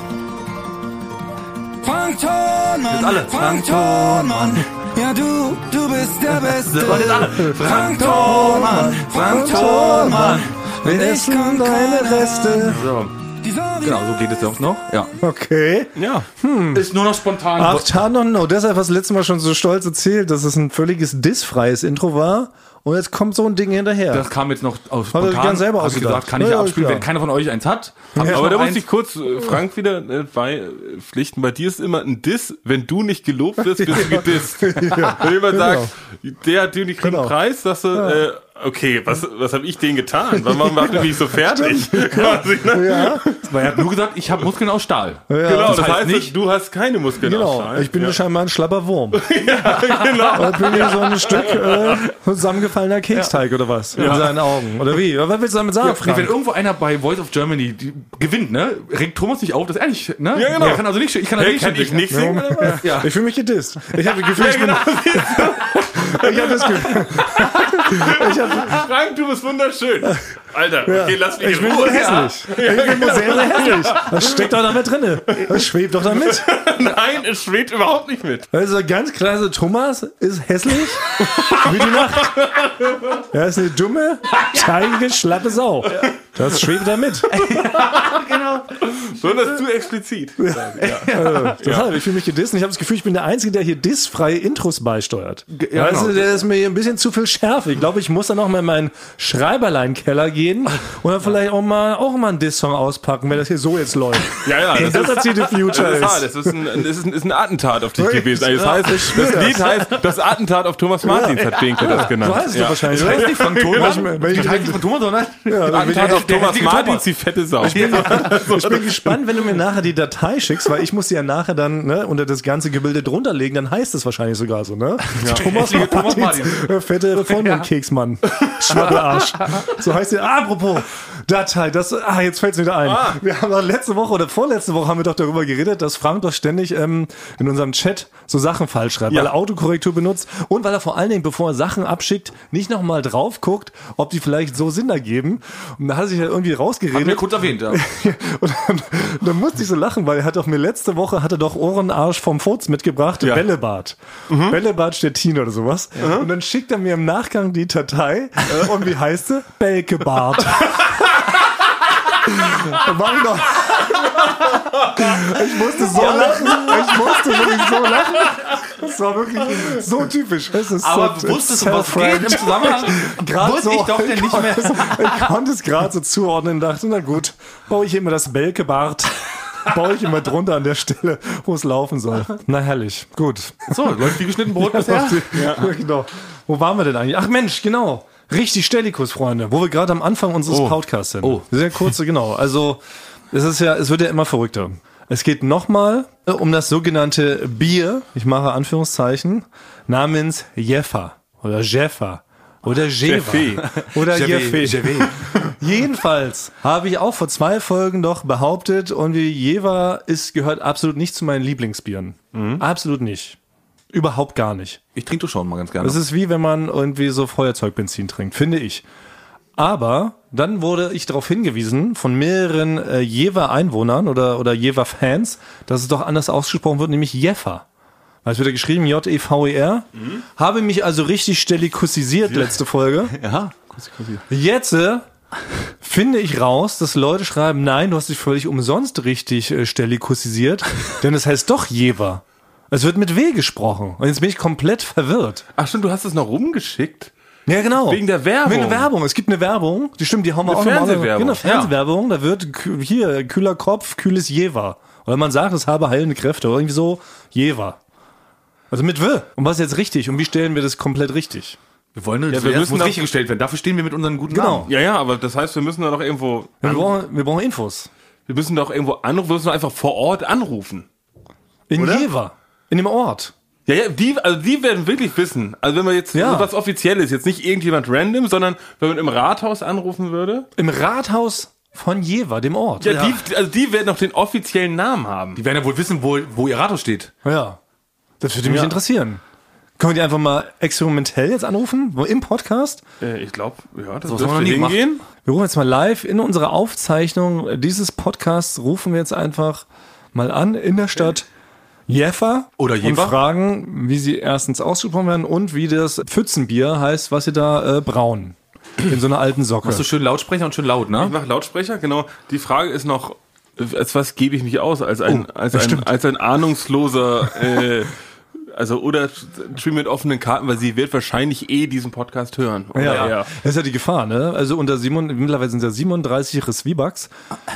[SPEAKER 4] Frank Thornmann,
[SPEAKER 1] alle. Frank
[SPEAKER 4] Frank Thornmann, ja du, du bist der Beste.
[SPEAKER 1] Das waren jetzt alle.
[SPEAKER 4] Frank Thornmann, Frank Thornmann,
[SPEAKER 2] Wir
[SPEAKER 4] ich kann
[SPEAKER 2] essen
[SPEAKER 4] keine
[SPEAKER 2] deine Reste.
[SPEAKER 1] So, genau, so geht es auch noch. Ja.
[SPEAKER 2] Okay.
[SPEAKER 3] Ja.
[SPEAKER 1] Ist nur noch spontan.
[SPEAKER 2] Hm. Ach, Tanon, oh, no. Deshalb hast du letztes Mal schon so stolz erzählt, dass es ein völliges dissfreies Intro war. Und jetzt kommt so ein Ding hinterher.
[SPEAKER 1] Das kam jetzt noch aus
[SPEAKER 2] er sich gern selber
[SPEAKER 1] Hab ich
[SPEAKER 2] ausgedacht.
[SPEAKER 1] gesagt, kann ich
[SPEAKER 2] Ja, ja,
[SPEAKER 1] abspielen,
[SPEAKER 2] klar.
[SPEAKER 1] wenn keiner von euch eins hat. Hab ich noch
[SPEAKER 3] Aber da
[SPEAKER 1] eins.
[SPEAKER 3] musste ich kurz äh, Frank wieder äh, bei äh, pflichten. Bei dir ist immer ein Diss. Wenn du nicht gelobt wirst, bist du gedisst. Wenn jemand
[SPEAKER 2] genau.
[SPEAKER 3] sagt, der hat dir nicht
[SPEAKER 2] Genau.
[SPEAKER 3] genau. einen Preis, sagst du, äh, okay, was, was habe ich denen getan? Warum macht ihr mich so fertig? Quasi, ne?
[SPEAKER 2] ja,
[SPEAKER 1] Weil er hat nur gesagt, ich habe Muskeln aus Stahl.
[SPEAKER 3] Genau, das,
[SPEAKER 1] Das heißt
[SPEAKER 3] heißt,
[SPEAKER 1] nicht-
[SPEAKER 3] du hast keine Muskeln
[SPEAKER 2] genau.
[SPEAKER 3] am Schal.
[SPEAKER 2] Ich bin
[SPEAKER 3] ja.
[SPEAKER 2] scheinbar ein schlapper Wurm. genau. Und bin hier so ein Stück äh, zusammengefallener Keksteig oder was? In seinen Augen. Oder wie? Was willst du damit sagen,
[SPEAKER 1] Nee, wenn
[SPEAKER 2] Frank?
[SPEAKER 1] irgendwo einer bei Voice of Germany die, gewinnt, ne, regt Thomas nicht auf, das ist ehrlich, ne?
[SPEAKER 3] Ja, genau.
[SPEAKER 1] Er kann also nicht, ich kann also
[SPEAKER 3] Hey, kann ich
[SPEAKER 1] singen.
[SPEAKER 3] nicht singen oder was?
[SPEAKER 1] Ja.
[SPEAKER 2] Ich fühle mich gedisst. Ich habe das Gefühl, ich, bin-
[SPEAKER 3] genau.
[SPEAKER 2] ich habe das Gefühl, ich habe
[SPEAKER 3] Frank, du bist wunderschön. Alter, okay, lass mich
[SPEAKER 2] ich
[SPEAKER 3] in
[SPEAKER 2] bin
[SPEAKER 3] Ruhe.
[SPEAKER 2] genau. nur hässlich. Ich bin nur sehr, sehr hässlich. Das steckt doch damit drin. Das schwebt doch damit.
[SPEAKER 3] Nein, es schwebt überhaupt nicht mit.
[SPEAKER 2] Also ganz klar, so Thomas ist hässlich wie die Nacht. Er ist eine dumme, teige, schlappe Sau. Das schwebt da mit.
[SPEAKER 3] Besonders zu explizit.
[SPEAKER 2] Deshalb, ich fühle mich gedisst und ich habe das Gefühl, ich bin der Einzige, der hier dissfreie Intros beisteuert.
[SPEAKER 3] ja,
[SPEAKER 2] weißt du,
[SPEAKER 3] genau.
[SPEAKER 2] der ist mir hier ein bisschen zu viel Schärfe. Ich glaube, ich muss dann auch mal in meinen Schreiberleinkeller gehen und dann vielleicht auch mal, auch mal einen Diss-Song auspacken, wenn das hier so jetzt läuft.
[SPEAKER 3] Ja, ja, das
[SPEAKER 2] Das
[SPEAKER 3] ist.
[SPEAKER 2] erzählt die Future
[SPEAKER 3] Das ist, hart.
[SPEAKER 2] ist.
[SPEAKER 3] das, ist ein, das ist, ein, ist ein Attentat auf dich
[SPEAKER 2] Wirklich?
[SPEAKER 3] gewesen. Also
[SPEAKER 2] Ja,
[SPEAKER 3] Das, heißt,
[SPEAKER 2] ich
[SPEAKER 3] das
[SPEAKER 2] spür
[SPEAKER 3] Lied heißt das Attentat auf Thomas Martins, hat Binkel das genannt.
[SPEAKER 2] So heißt es doch wahrscheinlich.
[SPEAKER 1] Ich
[SPEAKER 2] oder?
[SPEAKER 1] weiß nicht von Thomas.
[SPEAKER 2] Wenn ich- wenn ich-
[SPEAKER 1] Ich heiße nicht von Thomas, sondern
[SPEAKER 3] Attentat auf Thomas Martins, die fette Sau.
[SPEAKER 2] Ich bin gespannt, wenn du mir nachher die Datei schickst, weil ich muss die ja nachher dann ne, unter das ganze Gebilde drunter legen, dann heißt es wahrscheinlich sogar so, ne? Thomas
[SPEAKER 1] Richtige Thomas
[SPEAKER 2] Martins, äh, fette Vollmondkeksmann, Schwabbelarsch. So heißt der. Apropos Datei, das, ah, jetzt fällt's mir wieder ein. Wir haben doch letzte Woche oder vorletzte Woche haben wir doch darüber geredet, dass Frank doch ständig ähm, in unserem Chat so Sachen falsch schreibt, weil er Autokorrektur benutzt und weil er vor allen Dingen, bevor er Sachen abschickt, nicht nochmal drauf guckt, ob die vielleicht so Sinn ergeben. Und da hat er sich ja irgendwie rausgeredet.
[SPEAKER 1] mir kurz erwähnt, ja.
[SPEAKER 2] Und dann, dann musste ich so lachen, weil er hat doch mir letzte Woche hatte doch Ohrenarsch vom Furz mitgebracht, Bällebad.
[SPEAKER 1] Mhm.
[SPEAKER 2] Bällebad Stettin oder sowas. Und dann schickt er mir im Nachgang die Datei
[SPEAKER 1] Mhm.
[SPEAKER 2] und wie heißt sie? Belkebad. Dann war ich noch. Ich musste so lachen. Ich musste wirklich so lachen. Das war wirklich so typisch. Es ist
[SPEAKER 1] Aber
[SPEAKER 2] so,
[SPEAKER 1] du wusstest, um was es geht
[SPEAKER 2] self-right.
[SPEAKER 1] im Zusammenhang.
[SPEAKER 2] Grad
[SPEAKER 1] Wusste ich doch denn nicht mehr.
[SPEAKER 2] konnte es- Ich konnte es gerade so zuordnen und dachte, na gut, baue ich immer das Belkebart. Baue ich immer drunter an der Stelle, wo es laufen soll. Na herrlich, gut.
[SPEAKER 1] So, läuft wie geschnitten Brot bisher.
[SPEAKER 2] Ja. Genau. Wo waren wir denn eigentlich? Ach Mensch, genau. Richtig Stellikus, Freunde, wo wir gerade am Anfang unseres Podcasts sind.
[SPEAKER 1] Oh.
[SPEAKER 2] Sehr kurze, genau. Also, es ist ja, es wird ja immer verrückter. Es geht nochmal um das sogenannte Bier, ich mache Anführungszeichen, namens Jeffa oder Jeffa oder Jeva
[SPEAKER 3] Jeffy.
[SPEAKER 2] oder
[SPEAKER 1] Jeffy.
[SPEAKER 2] Jeffy. Jedenfalls habe ich auch vor zwei Folgen doch behauptet und wie Jeva ist, gehört absolut nicht zu meinen Lieblingsbieren. Absolut nicht. Überhaupt gar nicht.
[SPEAKER 1] Ich trinke doch schon mal ganz gerne.
[SPEAKER 2] Das ist wie wenn man irgendwie so Feuerzeugbenzin trinkt, finde ich. Aber dann wurde ich darauf hingewiesen von mehreren äh, Jever-Einwohnern oder, oder Jever-Fans, dass es doch anders ausgesprochen wird, nämlich Jeffer. Weil es wird ja geschrieben E J-E-V-E-R. Habe mich also richtig stellikussisiert letzte Folge.
[SPEAKER 1] ja.
[SPEAKER 2] Jetzt äh, finde ich raus, dass Leute schreiben, nein, du hast dich völlig umsonst richtig äh, stellikussisiert, denn es heißt doch Jever. Es wird mit W gesprochen. Und jetzt bin ich komplett verwirrt.
[SPEAKER 3] Ach stimmt, du hast es noch rumgeschickt.
[SPEAKER 2] Ja, genau.
[SPEAKER 3] Wegen der Werbung.
[SPEAKER 2] Wegen der Werbung. Es gibt eine Werbung. Die stimmt, die haben wir auch nochmal-
[SPEAKER 3] Fernsehwerbung.
[SPEAKER 2] Genau, Fernsehwerbung. Da wird kü- hier kühler Kopf, kühles Jever. Oder man sagt, es habe heilende Kräfte. Oder irgendwie so Jever. Also mit W. Und was ist jetzt richtig? Und wie stellen wir das komplett richtig?
[SPEAKER 1] Wir wollen ja,
[SPEAKER 3] wir
[SPEAKER 1] wir
[SPEAKER 3] müssen
[SPEAKER 1] müssen
[SPEAKER 3] auch-
[SPEAKER 1] richtig gestellt werden. Dafür stehen wir mit unseren guten
[SPEAKER 2] Genau.
[SPEAKER 1] Namen.
[SPEAKER 3] Ja, ja, aber das heißt, wir müssen da doch irgendwo,
[SPEAKER 2] Wir brauchen, wir brauchen Infos.
[SPEAKER 3] wir müssen doch irgendwo anrufen, wir müssen doch einfach vor Ort anrufen.
[SPEAKER 2] In Jever. In dem Ort.
[SPEAKER 3] Ja, ja, die, also die werden wirklich wissen. Also wenn man jetzt
[SPEAKER 2] Ja.
[SPEAKER 3] so was Offizielles, jetzt nicht irgendjemand random, sondern wenn man im Rathaus anrufen würde,
[SPEAKER 2] Im Rathaus von Jever, dem Ort.
[SPEAKER 3] ja, Die, also die werden noch den offiziellen Namen haben.
[SPEAKER 1] Die werden ja wohl wissen, wo, wo ihr Rathaus steht.
[SPEAKER 2] Ja. Das würde mich interessieren. Können wir die einfach mal experimentell jetzt anrufen? Wo- Im Podcast?
[SPEAKER 3] Äh, ich glaube, ja, das
[SPEAKER 1] Sowas
[SPEAKER 3] dürfte
[SPEAKER 1] haben wir noch nie
[SPEAKER 3] hingehen.
[SPEAKER 2] Wir rufen jetzt mal live in unserer Aufzeichnung dieses Podcasts, rufen wir jetzt einfach mal an in der Stadt Jeffa
[SPEAKER 1] Oder
[SPEAKER 2] und
[SPEAKER 1] Jeffa.
[SPEAKER 2] fragen, wie sie erstens ausgesprochen werden und wie das Pfützenbier heißt, was sie da äh, brauen. In so einer alten Socke.
[SPEAKER 1] So schön Lautsprecher und schön laut, ne?
[SPEAKER 3] Ich mache Lautsprecher, genau. Die Frage ist noch, äh, als was gebe ich mich aus? Als
[SPEAKER 2] Oh,
[SPEAKER 3] ein, als ein, als ein ahnungsloser, äh, also oder stream mit offenen Karten, weil sie wird wahrscheinlich eh diesen Podcast hören.
[SPEAKER 2] Ja,
[SPEAKER 3] Oder
[SPEAKER 2] ja.
[SPEAKER 3] eher.
[SPEAKER 2] Das ist ja die Gefahr, ne? Also unter Simon, mittlerweile sind es ja 37 Resvibucks.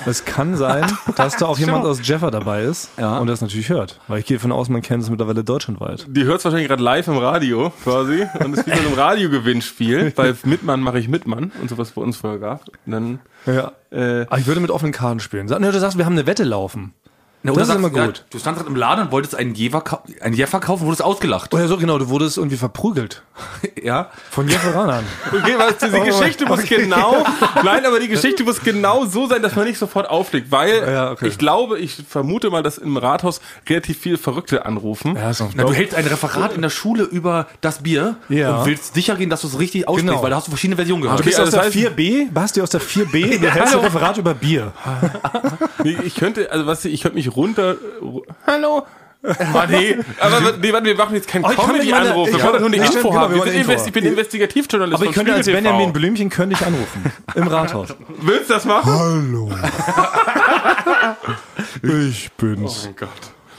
[SPEAKER 2] Es kann sein, dass da auch jemand aus Jeffa dabei ist und das natürlich hört. Weil ich gehe davon aus, man kennt es mittlerweile deutschlandweit.
[SPEAKER 3] Die hört es wahrscheinlich gerade live im Radio quasi. Und es gibt so ein Radiogewinnspiel, weil Mitmann mache ich Mitmann und sowas bei uns vorher gab. Und dann,
[SPEAKER 2] Ja.
[SPEAKER 3] äh,
[SPEAKER 2] Aber ich würde mit offenen Karten spielen. Sag- Ne, du sagst, wir haben eine Wette laufen.
[SPEAKER 1] Na,
[SPEAKER 2] Das ist
[SPEAKER 1] sagst,
[SPEAKER 2] immer
[SPEAKER 1] ja,
[SPEAKER 2] gut.
[SPEAKER 1] du standst gerade im Laden und wolltest einen Jever, kau- einen Jeffer kaufen, wurdest ausgelacht.
[SPEAKER 2] Oder so, genau, du wurdest irgendwie verprügelt.
[SPEAKER 1] Ja. Oh.
[SPEAKER 2] Von Jefferanern.
[SPEAKER 3] okay, was, diese Geschichte muss genau, Oh, nein, aber die Geschichte muss genau so sein, dass man nicht sofort auflegt, weil
[SPEAKER 2] Ja, okay.
[SPEAKER 3] ich glaube, ich vermute mal, dass im Rathaus relativ viele Verrückte anrufen.
[SPEAKER 2] so.
[SPEAKER 1] Na, du hältst ein Referat in der Schule über das Bier
[SPEAKER 2] Ja.
[SPEAKER 1] und willst sicher gehen, dass du es richtig aussprichst,
[SPEAKER 2] Genau.
[SPEAKER 1] weil da hast du verschiedene Versionen gehört.
[SPEAKER 2] Du bist
[SPEAKER 3] Okay,
[SPEAKER 2] aus
[SPEAKER 3] also
[SPEAKER 2] der
[SPEAKER 3] das heißt-
[SPEAKER 2] 4b, Basti aus der 4b, du hältst ein
[SPEAKER 3] hallo.
[SPEAKER 2] Referat über Bier.
[SPEAKER 3] Nee, ich könnte, also was, ich könnte mich runter, hallo, äh, Mann, nee, aber nee, warte, wir machen jetzt keinen
[SPEAKER 2] Oh, ich kann mit meiner-
[SPEAKER 3] Comedy-Anruf. Wir
[SPEAKER 2] ich-
[SPEAKER 3] wollen doch nur eine
[SPEAKER 2] ja,
[SPEAKER 3] Info
[SPEAKER 2] genau,
[SPEAKER 3] haben.
[SPEAKER 2] wir
[SPEAKER 3] Wir sind
[SPEAKER 2] wollen eine
[SPEAKER 3] investi-
[SPEAKER 2] Info.
[SPEAKER 3] ich bin Investigativjournalist
[SPEAKER 2] Aber ich
[SPEAKER 3] von
[SPEAKER 2] könnte als
[SPEAKER 3] Spiegel
[SPEAKER 2] Benjamin
[SPEAKER 3] TV.
[SPEAKER 2] Blümchen könnte ich anrufen. Im Rathaus.
[SPEAKER 3] Willst du das machen?
[SPEAKER 2] Hallo.
[SPEAKER 3] Oh
[SPEAKER 2] Ich bin's.
[SPEAKER 3] Oh Gott.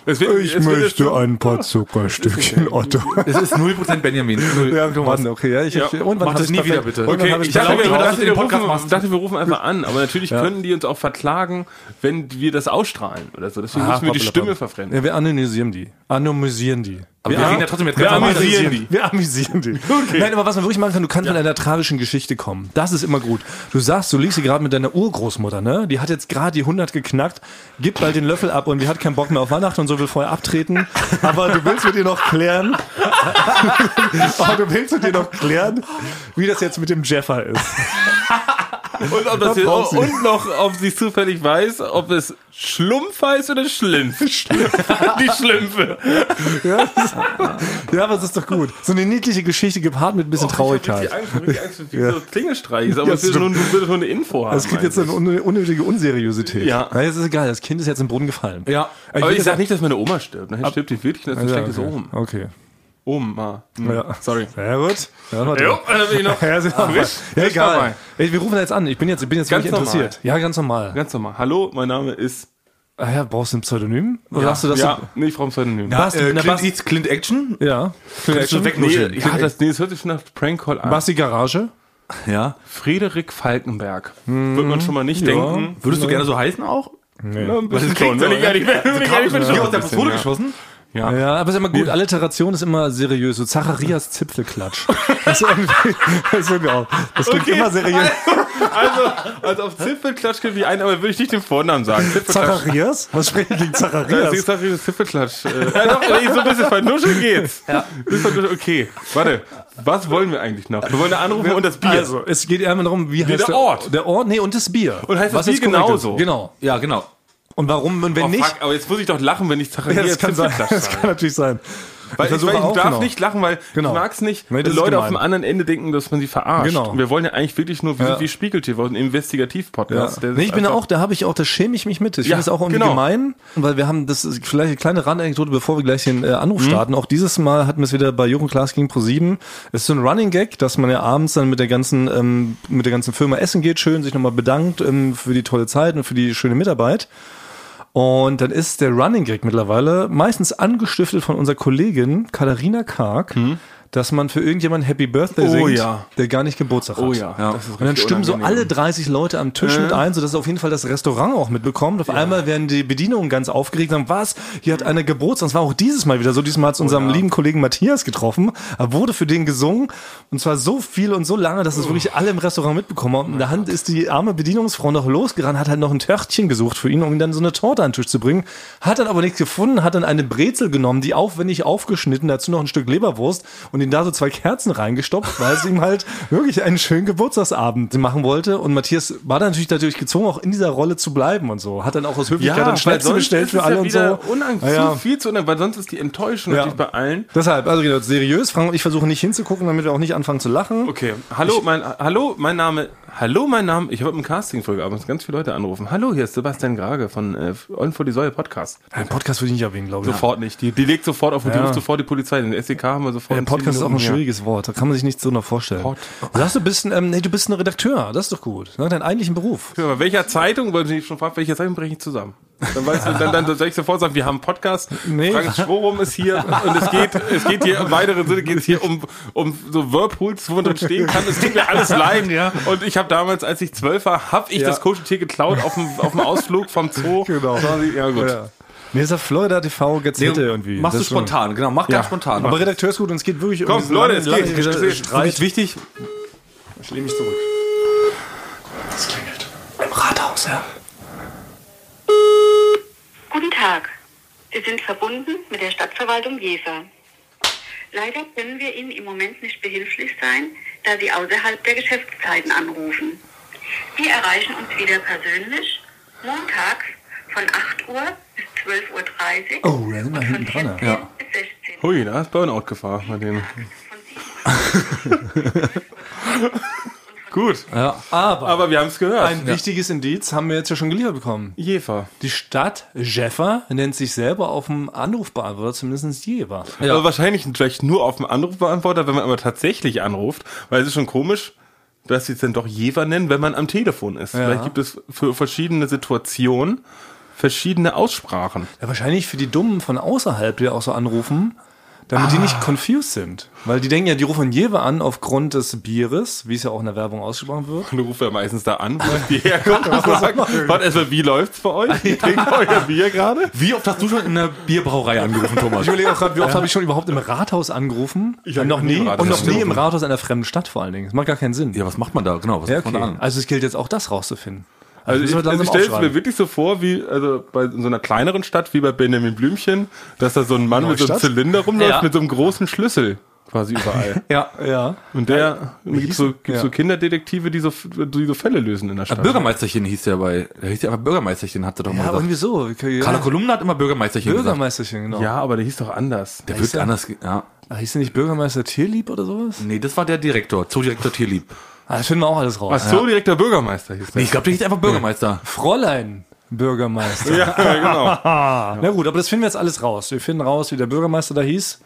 [SPEAKER 3] Es wird, es wird jetzt-
[SPEAKER 2] ein paar Zuckerstückchen, Otto.
[SPEAKER 1] Es ist 0% Benjamin. Null.
[SPEAKER 2] Ja, Thomas, okay, ja, ich,
[SPEAKER 3] Ja,
[SPEAKER 2] ich, und wann
[SPEAKER 1] mach
[SPEAKER 2] hab
[SPEAKER 1] das
[SPEAKER 2] ich
[SPEAKER 1] nie
[SPEAKER 2] perfekt?
[SPEAKER 1] wieder, bitte.
[SPEAKER 2] Und wann
[SPEAKER 3] Okay,
[SPEAKER 2] hab
[SPEAKER 3] ich
[SPEAKER 2] ich perfekt
[SPEAKER 3] dachte, wir,
[SPEAKER 1] gedacht, dass
[SPEAKER 3] dachten,
[SPEAKER 1] wir
[SPEAKER 3] wir
[SPEAKER 1] den Podcast
[SPEAKER 3] rufen,
[SPEAKER 1] machen.
[SPEAKER 3] dachte, wir rufen einfach an. Aber natürlich können die uns auch verklagen, wenn wir das ausstrahlen oder so. Deswegen müssen wir die Stimme verfremden.
[SPEAKER 2] Ja, wir anonymisieren die. Anonymisieren die.
[SPEAKER 1] Aber wir reden ja trotzdem jetzt
[SPEAKER 3] wir
[SPEAKER 1] ganz normal.
[SPEAKER 3] amüsieren die.
[SPEAKER 2] Wir amüsieren die. Nein, aber was man wirklich machen kann, du kannst mit einer tragischen Geschichte kommen. Das ist immer gut. Du sagst, du liegst hier gerade mit deiner Urgroßmutter, ne? Die hat jetzt gerade die 100 geknackt, gibt bald den Löffel ab und die hat keinen Bock mehr auf Weihnachten und so will vorher abtreten. Aber du willst mit ihr noch klären. aber du willst mit ihr noch klären, wie das jetzt mit dem Jeffer ist.
[SPEAKER 3] Und, ob das
[SPEAKER 2] Da
[SPEAKER 3] hier,
[SPEAKER 2] braucht sie.
[SPEAKER 3] und noch, ob sie zufällig weiß, ob es Schlumpf heißt oder Schlimpf. die Schlümpfe.
[SPEAKER 2] Ja, aber es ist doch gut. So eine niedliche Geschichte gepaart mit ein bisschen
[SPEAKER 3] Oh, Ich
[SPEAKER 2] Traurigkeit.
[SPEAKER 3] hab richtig Angst, ich hab richtig Angst, wie so Klingelstreichs. Aber
[SPEAKER 2] Ja,
[SPEAKER 3] es ist
[SPEAKER 2] stimmt.
[SPEAKER 3] nur, du willst nur eine Info haben.
[SPEAKER 2] Es gibt jetzt eine
[SPEAKER 3] eigentlich.
[SPEAKER 2] un- unnötige Unseriosität.
[SPEAKER 3] Ja.
[SPEAKER 2] Nein, das ist egal. Das Kind ist jetzt im Brunnen gefallen.
[SPEAKER 1] Ja.
[SPEAKER 3] aber
[SPEAKER 2] will
[SPEAKER 3] ich
[SPEAKER 2] das-
[SPEAKER 3] sag nicht, dass meine Oma stirbt. Nachher stirbt die wirklich, und das ist ein
[SPEAKER 2] Ja,
[SPEAKER 3] schlechtes
[SPEAKER 2] okay.
[SPEAKER 3] Omen.
[SPEAKER 2] okay.
[SPEAKER 3] Oma. um. Hm.
[SPEAKER 2] Ja.
[SPEAKER 3] Sorry.
[SPEAKER 2] Ja, gut. Ja, mal
[SPEAKER 3] Jo,
[SPEAKER 2] dran.
[SPEAKER 3] da bin ich noch.
[SPEAKER 2] ja, sind wir dabei.
[SPEAKER 3] frisch,
[SPEAKER 2] ja
[SPEAKER 3] frisch
[SPEAKER 2] egal.
[SPEAKER 3] dabei.
[SPEAKER 2] Ey, wir rufen da jetzt an. Ich bin jetzt, ich bin jetzt
[SPEAKER 3] Ganz
[SPEAKER 2] wirklich interessiert. Ja, ganz normal.
[SPEAKER 3] Ganz normal. Hallo, mein Name ist.
[SPEAKER 2] Ah, ja, brauchst du ein Pseudonym? Oder hast du das?
[SPEAKER 3] ja, nee, ich brauche ein Pseudonym. Äh,
[SPEAKER 2] Basti,
[SPEAKER 1] Äh,
[SPEAKER 2] na,
[SPEAKER 1] Clint
[SPEAKER 2] Basti,
[SPEAKER 1] Eats Clint Action?
[SPEAKER 2] ja.
[SPEAKER 1] Kannst du
[SPEAKER 3] Nee,
[SPEAKER 1] wegnuscheln?
[SPEAKER 3] ja, das, nee, das hört sich schon nach Prank Call an.
[SPEAKER 2] Basti Garage?
[SPEAKER 1] Ja.
[SPEAKER 3] Frederik Falkenberg. Wird man schon mal nicht denken.
[SPEAKER 1] Würdest du gerne so heißen auch?
[SPEAKER 3] Na, ein bisschen
[SPEAKER 1] Das klingt
[SPEAKER 3] schon,
[SPEAKER 1] so,
[SPEAKER 3] wenn ich
[SPEAKER 1] ja.
[SPEAKER 3] ehrlich bin. Wenn ich ehrlich bin,
[SPEAKER 1] Hier
[SPEAKER 3] schon.
[SPEAKER 1] aus der Pistole geschossen?
[SPEAKER 3] Ja.
[SPEAKER 2] Ja, aber ist immer gut. Alliteration ist immer seriös. So Zacharias Zipfelklatsch. Das ist irgendwie, das irgendwie auch. Das klingt
[SPEAKER 3] Okay.
[SPEAKER 2] immer seriös.
[SPEAKER 3] Also, also auf Zipfelklatsch geht wie ein, aber würde ich nicht den Vornamen sagen. Zipfelklatsch.
[SPEAKER 2] Zacharias? Was spricht gegen
[SPEAKER 3] Ja, sie
[SPEAKER 2] Zacharias?
[SPEAKER 3] ist auf jeden Fall Zipfelklatsch. Äh, ja, doch, ey, so ein bisschen vernuscheln geht's. Ja. Okay, warte. Was wollen wir eigentlich noch? Wir wollen da anrufen und das Bier.
[SPEAKER 2] Also, es geht einmal darum, wie heißt
[SPEAKER 3] der Ort.
[SPEAKER 2] Der Ort, nee, und das Bier.
[SPEAKER 3] Und heißt das
[SPEAKER 2] jetzt
[SPEAKER 3] Bier
[SPEAKER 2] korrekt ist.
[SPEAKER 3] genauso?
[SPEAKER 2] Genau.
[SPEAKER 1] Ja, genau.
[SPEAKER 2] Und warum und wenn
[SPEAKER 3] oh,
[SPEAKER 2] nicht?
[SPEAKER 3] fuck, aber jetzt muss ich doch lachen, wenn ich
[SPEAKER 2] Ja,
[SPEAKER 3] Zacharias
[SPEAKER 2] das kann sein.
[SPEAKER 3] Zipfelklatsch
[SPEAKER 2] Das
[SPEAKER 3] sage.
[SPEAKER 2] kann natürlich sein.
[SPEAKER 3] Weil ich,
[SPEAKER 2] versuche
[SPEAKER 3] weil ich
[SPEAKER 2] auch,
[SPEAKER 3] darf
[SPEAKER 2] genau.
[SPEAKER 3] nicht lachen, weil
[SPEAKER 2] Genau.
[SPEAKER 3] ich mag es nicht,
[SPEAKER 2] Nee, das
[SPEAKER 3] wenn
[SPEAKER 2] ist
[SPEAKER 3] Leute auf
[SPEAKER 2] gemein.
[SPEAKER 3] dem anderen Ende denken, dass man sie verarscht.
[SPEAKER 2] Genau.
[SPEAKER 3] Und wir wollen ja eigentlich wirklich nur, wir
[SPEAKER 2] Ja.
[SPEAKER 3] sind wie Spiegeltv, ein Investigativ-Podcast.
[SPEAKER 2] Ja.
[SPEAKER 3] der
[SPEAKER 2] Nee, ich
[SPEAKER 3] das
[SPEAKER 2] bin
[SPEAKER 3] einfach-
[SPEAKER 2] auch, da habe ich auch, da schäme ich mich mit. Ich
[SPEAKER 3] Ja,
[SPEAKER 2] finde es auch irgendwie
[SPEAKER 3] genau.
[SPEAKER 2] gemein, weil wir haben, das ist vielleicht eine kleine Randanekdote, bevor wir gleich den äh, Anruf
[SPEAKER 3] Mhm.
[SPEAKER 2] starten. Auch dieses Mal hatten wir es wieder bei Jürgen Klaas gegen Pro7. Es ist so ein Running Gag, dass man ja abends dann mit der ganzen, ähm, mit der ganzen Firma essen geht, schön sich nochmal bedankt ähm, für die tolle Zeit und für die schöne Mitarbeit. Und dann ist der Running Gag mittlerweile meistens angestiftet von unserer Kollegin Katharina Karg, dass man für irgendjemanden Happy Birthday
[SPEAKER 3] Mhm. Oh
[SPEAKER 2] singt,
[SPEAKER 3] ja.
[SPEAKER 2] der gar nicht Geburtstag hat.
[SPEAKER 3] Oh ja.
[SPEAKER 1] Ja.
[SPEAKER 3] Das ist
[SPEAKER 2] Und dann
[SPEAKER 3] richtig
[SPEAKER 2] stimmen so
[SPEAKER 3] unangenehm.
[SPEAKER 2] alle 30 Leute am Tisch mit ein, sodass auf jeden Fall das Restaurant auch mitbekommt. Auf einmal werden die Bedienungen ganz aufgeregt und sagen, was? Hier hat einer Geburtstag. Das war auch dieses Mal wieder so. Diesmal
[SPEAKER 3] Oh
[SPEAKER 2] hat es unseren lieben Kollegen Matthias getroffen. Er wurde für den gesungen. Und zwar so viel und so lange, dass es
[SPEAKER 3] Oh.
[SPEAKER 2] wirklich alle im Restaurant mitbekommen haben. In der Hand ist die arme Bedienungsfrau noch losgerannt, hat halt noch ein Törtchen gesucht für ihn, um ihm dann so eine Torte an den Tisch zu bringen. Hat dann aber nichts gefunden, hat dann eine Brezel genommen, die aufwendig aufgeschnitten, dazu noch ein Stück Leberwurst und ihm da so zwei Kerzen reingestopft, weil sie ihm halt wirklich einen schönen Geburtstagsabend machen wollte. Und Matthias war dann natürlich, natürlich gezwungen, auch in dieser Rolle zu bleiben und so. Hat dann auch aus Höflichkeit
[SPEAKER 3] Ja,
[SPEAKER 2] dann Schnäpse bestellt für alle und so.
[SPEAKER 3] Unang
[SPEAKER 2] Ja, ja.
[SPEAKER 3] Zu viel zu unang weil sonst ist die Enttäuschung
[SPEAKER 2] Ja.
[SPEAKER 3] natürlich bei allen.
[SPEAKER 2] Deshalb, also genau, seriös, Frank und ich versuchen nicht hinzugucken, damit wir auch nicht anfangen zu lachen.
[SPEAKER 3] Okay, hallo, mein, hallo, mein Name, hallo, mein Name, ich habe im Casting früher abends ganz viele Leute anrufen. Hallo, hier ist Sebastian Grage von äh, On for die Säule Podcast.
[SPEAKER 2] Ein Podcast würde ich nicht erwähnen, glaube ich.
[SPEAKER 3] Sofort nicht, die, die legt sofort auf, und die
[SPEAKER 2] Ja.
[SPEAKER 3] ruft sofort die Polizei, den SEK haben wir sofort.
[SPEAKER 2] Ja,
[SPEAKER 3] in zehn
[SPEAKER 2] Podcast ist auch ein
[SPEAKER 3] Minuten hier.
[SPEAKER 2] schwieriges Wort. Da kann man sich nichts drunter vorstellen.
[SPEAKER 3] Pod-
[SPEAKER 2] Sagst du, bist ein, ähm, nee, du bist ein Redakteur. Das ist doch gut. Ne? Deinen eigentlichen Beruf.
[SPEAKER 3] Hör mal, welcher Zeitung, weil ich schon fragt, welcher Zeitung breche ich zusammen? Dann weißt du, dann, dann soll ich sofort sagen, wir haben einen Podcast,
[SPEAKER 2] Nee.
[SPEAKER 3] Frank Schworum ist hier und es geht, es geht hier im weiteren Sinne geht es hier um, um so Whirlpools, wo man drin stehen kann. Es tut mir alles leid.
[SPEAKER 2] Ja.
[SPEAKER 3] Und ich habe damals, als ich zwölf war, habe ich
[SPEAKER 2] Ja.
[SPEAKER 3] das Kuscheltier geklaut auf dem, auf dem Ausflug vom Zoo.
[SPEAKER 2] Genau.
[SPEAKER 3] Quasi, Ja, gut.
[SPEAKER 2] Ja. Nee, ist ja Florida TV geht's nee, irgendwie.
[SPEAKER 1] Machst
[SPEAKER 2] Das
[SPEAKER 1] du
[SPEAKER 2] ist schon-
[SPEAKER 1] spontan, genau, mach ganz
[SPEAKER 3] Ja.
[SPEAKER 1] spontan.
[SPEAKER 2] Aber Redakteur ist gut und es geht wirklich
[SPEAKER 3] Komm,
[SPEAKER 2] um
[SPEAKER 3] Leute, es geht.
[SPEAKER 2] lange-
[SPEAKER 3] Es ist
[SPEAKER 2] Streit.
[SPEAKER 3] wirklich wichtig.
[SPEAKER 2] Ich lehne mich zurück. Das klingelt. Im Rathaus, ja.
[SPEAKER 5] Guten Tag. Sie sind verbunden mit der Stadtverwaltung Jever. Leider können wir Ihnen im Moment nicht behilflich sein, da Sie außerhalb der Geschäftszeiten anrufen. Sie erreichen uns wieder persönlich montags von 8 Uhr bis 12.30 Uhr
[SPEAKER 2] Oh, da sind wir hinten
[SPEAKER 5] von
[SPEAKER 2] dran.
[SPEAKER 5] 14
[SPEAKER 2] Ja.
[SPEAKER 5] bis 16 Uhr.
[SPEAKER 3] Hui, da ist Burnout-Gefahr bei denen.
[SPEAKER 5] Von 7 Uhr bis 12 Uhr und von
[SPEAKER 3] Gut.
[SPEAKER 2] Ja, aber,
[SPEAKER 3] Aber wir haben es gehört.
[SPEAKER 2] ein wichtiges Indiz haben wir jetzt ja schon geliefert bekommen.
[SPEAKER 3] Jefer.
[SPEAKER 2] Die Stadt Jeffer nennt sich selber auf dem Anrufbeantworter zumindest Jever.
[SPEAKER 1] Ja.
[SPEAKER 3] Aber wahrscheinlich vielleicht nur auf dem Anrufbeantworter, wenn man aber tatsächlich anruft, weil es ist schon komisch, dass sie es dann doch Jever nennen, wenn man am Telefon ist. Vielleicht gibt es für verschiedene Situationen verschiedene Aussprachen.
[SPEAKER 2] Ja, wahrscheinlich für die Dummen von außerhalb, die auch so anrufen, damit die nicht confused sind. Weil die denken ja, die rufen Jever an aufgrund des Bieres, wie es ja auch in der Werbung ausgesprochen wird.
[SPEAKER 3] Und du rufst ja meistens da an, wo die herkommt und sagt, warte erstmal, wie läuft's bei euch? Wie trinkt euer Bier gerade?
[SPEAKER 1] Wie oft hast du schon in einer Bierbrauerei angerufen, Thomas?
[SPEAKER 2] Ich überlege auch gerade, wie oft habe ich schon überhaupt im Rathaus angerufen?
[SPEAKER 3] Ich hab
[SPEAKER 2] noch
[SPEAKER 3] nie
[SPEAKER 2] nie.
[SPEAKER 3] im Rathaus
[SPEAKER 2] Und noch nie im
[SPEAKER 3] angerufen.
[SPEAKER 2] Rathaus einer fremden Stadt vor allen Dingen. Das macht gar keinen Sinn.
[SPEAKER 1] ja, was macht man da? Genau, was
[SPEAKER 2] Ja,
[SPEAKER 1] macht man da an?
[SPEAKER 2] Also es gilt jetzt auch das rauszufinden.
[SPEAKER 3] Also ich,
[SPEAKER 2] müssen wir
[SPEAKER 3] also
[SPEAKER 2] langsam
[SPEAKER 3] ich stelle es mir
[SPEAKER 2] aufschreiben.
[SPEAKER 3] wirklich so vor, wie also bei so einer kleineren Stadt wie bei Benjamin Blümchen, dass da so ein Mann mit so einem
[SPEAKER 2] Neustadt?
[SPEAKER 3] Zylinder rumläuft
[SPEAKER 1] Ja.
[SPEAKER 3] mit so einem großen Schlüssel quasi überall.
[SPEAKER 1] Ja.
[SPEAKER 2] ja.
[SPEAKER 3] Und der gibt so, gibt's
[SPEAKER 2] Ja.
[SPEAKER 3] so Kinderdetektive, die so, die so Fälle lösen in der Stadt.
[SPEAKER 1] Äh, Bürgermeisterchen hieß der bei. Der hieß ja einfach Bürgermeisterchen, hat er doch mal
[SPEAKER 2] Ja,
[SPEAKER 1] gesagt.
[SPEAKER 2] irgendwie so.
[SPEAKER 1] Carla Kolumna hat immer Bürgermeisterchen gesagt.
[SPEAKER 2] Bürgermeisterchen, genau.
[SPEAKER 3] Ja, aber der hieß doch anders.
[SPEAKER 1] Der wird anders. ge- Ja.
[SPEAKER 2] Ah, Hieß der nicht Bürgermeister Tierlieb oder sowas?
[SPEAKER 1] Nee, das war der Direktor, Zoodirektor Tierlieb.
[SPEAKER 2] Ah, das finden wir auch alles raus.
[SPEAKER 3] Ach so, direkter Bürgermeister hieß der.
[SPEAKER 1] Nee, ich glaube, der hieß einfach Bürgermeister.
[SPEAKER 2] Fräulein Bürgermeister.
[SPEAKER 3] Ja, genau.
[SPEAKER 2] Na gut, aber das finden wir jetzt alles raus. Wir finden raus, wie der Bürgermeister da hieß.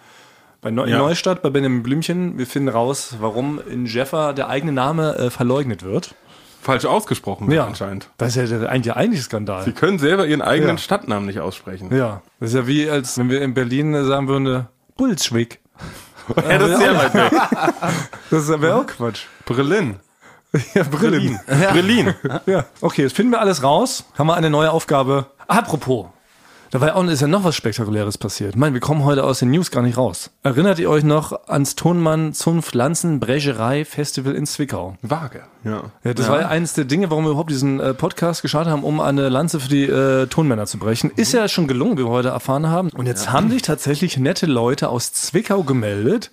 [SPEAKER 2] Bei Neu
[SPEAKER 3] Ja.
[SPEAKER 2] Neustadt, bei Benjamin Blümchen. Wir finden raus, warum in Jeffer der eigene Name äh, verleugnet wird.
[SPEAKER 3] Falsch ausgesprochen wird anscheinend.
[SPEAKER 2] Das ist ja der- eigentlich der eigentliche
[SPEAKER 3] Die
[SPEAKER 2] Skandal.
[SPEAKER 3] können selber ihren eigenen
[SPEAKER 2] Ja.
[SPEAKER 3] Stadtnamen nicht aussprechen.
[SPEAKER 2] Ja. Das ist ja wie, als wenn wir in Berlin äh, sagen würden, äh, Bulzschwick.
[SPEAKER 3] Ja, das ist sehr weit weg.
[SPEAKER 2] Das wäre auch Quatsch.
[SPEAKER 3] Berlin.
[SPEAKER 2] Ja, Brillen.
[SPEAKER 3] Berlin.
[SPEAKER 2] Ja, okay, jetzt finden wir alles raus. Haben wir eine neue Aufgabe. Apropos, da war ja auch, ist ja noch was Spektakuläres passiert. Mann, wir kommen heute aus den News gar nicht raus. Erinnert ihr euch noch ans Tonmann zum Pflanzenbrecherei Festival in Zwickau?
[SPEAKER 3] Waage. Ja.
[SPEAKER 2] Ja, das war ja eines der Dinge, warum wir überhaupt diesen äh, Podcast gestartet haben, um eine Lanze für die äh, Tonmänner zu brechen. Ist ja schon gelungen, wie wir heute erfahren haben. Und jetzt haben sich tatsächlich nette Leute aus Zwickau gemeldet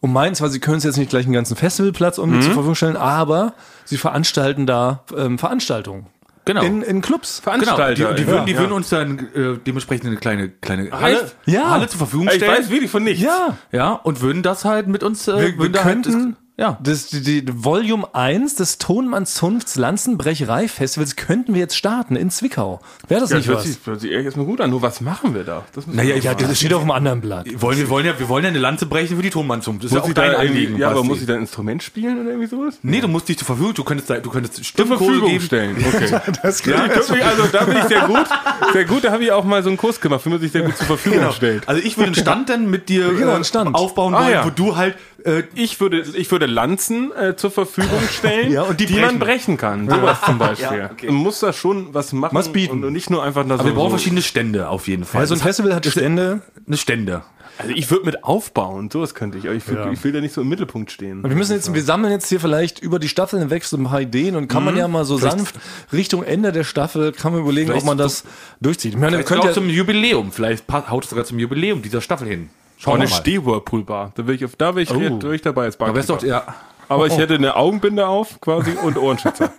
[SPEAKER 2] und meinen zwar, sie können es jetzt nicht gleich einen ganzen Festivalplatz um zur Verfügung stellen, aber sie veranstalten da ähm, Veranstaltungen.
[SPEAKER 1] Genau.
[SPEAKER 2] In, in Clubs.
[SPEAKER 1] Genau, die,
[SPEAKER 3] Veranstalter.
[SPEAKER 1] die,
[SPEAKER 3] ey.
[SPEAKER 1] würden, die
[SPEAKER 3] Ja.
[SPEAKER 1] würden uns dann äh, dementsprechend eine kleine, kleine Halle,
[SPEAKER 3] echt?
[SPEAKER 2] Ja.
[SPEAKER 1] Halle zur Verfügung
[SPEAKER 3] Ey, Ich
[SPEAKER 1] stellen.
[SPEAKER 3] weiß wirklich von nichts.
[SPEAKER 2] Ja.
[SPEAKER 1] Ja, und würden das halt mit uns. Äh,
[SPEAKER 2] Wir, wir
[SPEAKER 1] würden da halt-
[SPEAKER 2] könnten
[SPEAKER 1] ja.
[SPEAKER 2] das, die, die Volume 1 des Tonmanns Zunfts Lanzenbrecherei Festivals könnten wir jetzt starten in Zwickau. Wäre das
[SPEAKER 3] Ja, das
[SPEAKER 2] nicht was?
[SPEAKER 3] hört sich, hört sich echt erstmal gut an. Nur was machen wir da? Das müssen
[SPEAKER 1] Naja,
[SPEAKER 3] wir
[SPEAKER 1] ich-
[SPEAKER 3] mal-
[SPEAKER 2] Ja, das steht auf einem anderen Blatt.
[SPEAKER 1] Wollen, wir, wollen ja, wir wollen ja eine Lanze brechen für die Tonmannzunft. Das ist ja
[SPEAKER 3] muss
[SPEAKER 1] auch
[SPEAKER 3] ich
[SPEAKER 1] dein
[SPEAKER 3] da
[SPEAKER 1] Anliegen.
[SPEAKER 3] irgendwie, ja, aber
[SPEAKER 1] Basti.
[SPEAKER 3] muss ich da ein Instrument spielen oder irgendwie sowas?
[SPEAKER 1] nee, du musst dich zur Verfügung, du könntest, da- du könntest
[SPEAKER 3] Zur
[SPEAKER 1] Stimmkohle
[SPEAKER 3] Verfügung
[SPEAKER 1] geben.
[SPEAKER 3] stellen. Okay.
[SPEAKER 2] Das klingt
[SPEAKER 3] Ich könnte mich, also da bin ich sehr gut. Sehr gut, da habe ich auch mal so einen Kurs gemacht, wie man sich sehr gut zur Verfügung stellt.
[SPEAKER 1] Also ich würde einen Stand dann mit dir
[SPEAKER 2] Genau,
[SPEAKER 1] äh,
[SPEAKER 2] einen Stand.
[SPEAKER 1] aufbauen
[SPEAKER 3] Ah,
[SPEAKER 1] wollen,
[SPEAKER 3] ja.
[SPEAKER 1] wo du halt äh,
[SPEAKER 3] Ich würde, ich würde Lanzen äh, zur Verfügung stellen,
[SPEAKER 2] Ja, und die
[SPEAKER 3] man brechen kann. Sowas zum Beispiel.
[SPEAKER 1] Ja, okay.
[SPEAKER 3] Man muss da schon was machen
[SPEAKER 2] Was bieten.
[SPEAKER 3] und nicht nur einfach nur so.
[SPEAKER 1] wir brauchen
[SPEAKER 3] so.
[SPEAKER 1] verschiedene Stände auf jeden Fall.
[SPEAKER 2] Also ein Festival hat Stände.
[SPEAKER 1] eine Stände.
[SPEAKER 3] Also ich würde mit aufbauen, sowas könnte ich, aber ich will, ich will da nicht so im Mittelpunkt stehen.
[SPEAKER 2] Und wir müssen jetzt, wir sammeln jetzt hier vielleicht über die Staffel hinweg so ein paar Ideen und kann man ja mal so sanft Richtung Ende der Staffel kann man überlegen, ob
[SPEAKER 1] Vielleicht
[SPEAKER 2] man das durchzieht. Ich meine, wir
[SPEAKER 1] Vielleicht auch
[SPEAKER 2] könnten ja,
[SPEAKER 1] zum Jubiläum. Vielleicht pa- haut es sogar zum Jubiläum dieser Staffel hin.
[SPEAKER 3] Oh,
[SPEAKER 1] Schauen
[SPEAKER 3] eine
[SPEAKER 1] wir mal.
[SPEAKER 3] Stehwürprühlbar. Da will ich auf, da will ich, oh. ich dabei als
[SPEAKER 1] Aber ist
[SPEAKER 3] Barkeeper.
[SPEAKER 1] doch, Oh. ja.
[SPEAKER 3] Aber ich hätte eine Augenbinde auf, quasi, und Ohrenschützer.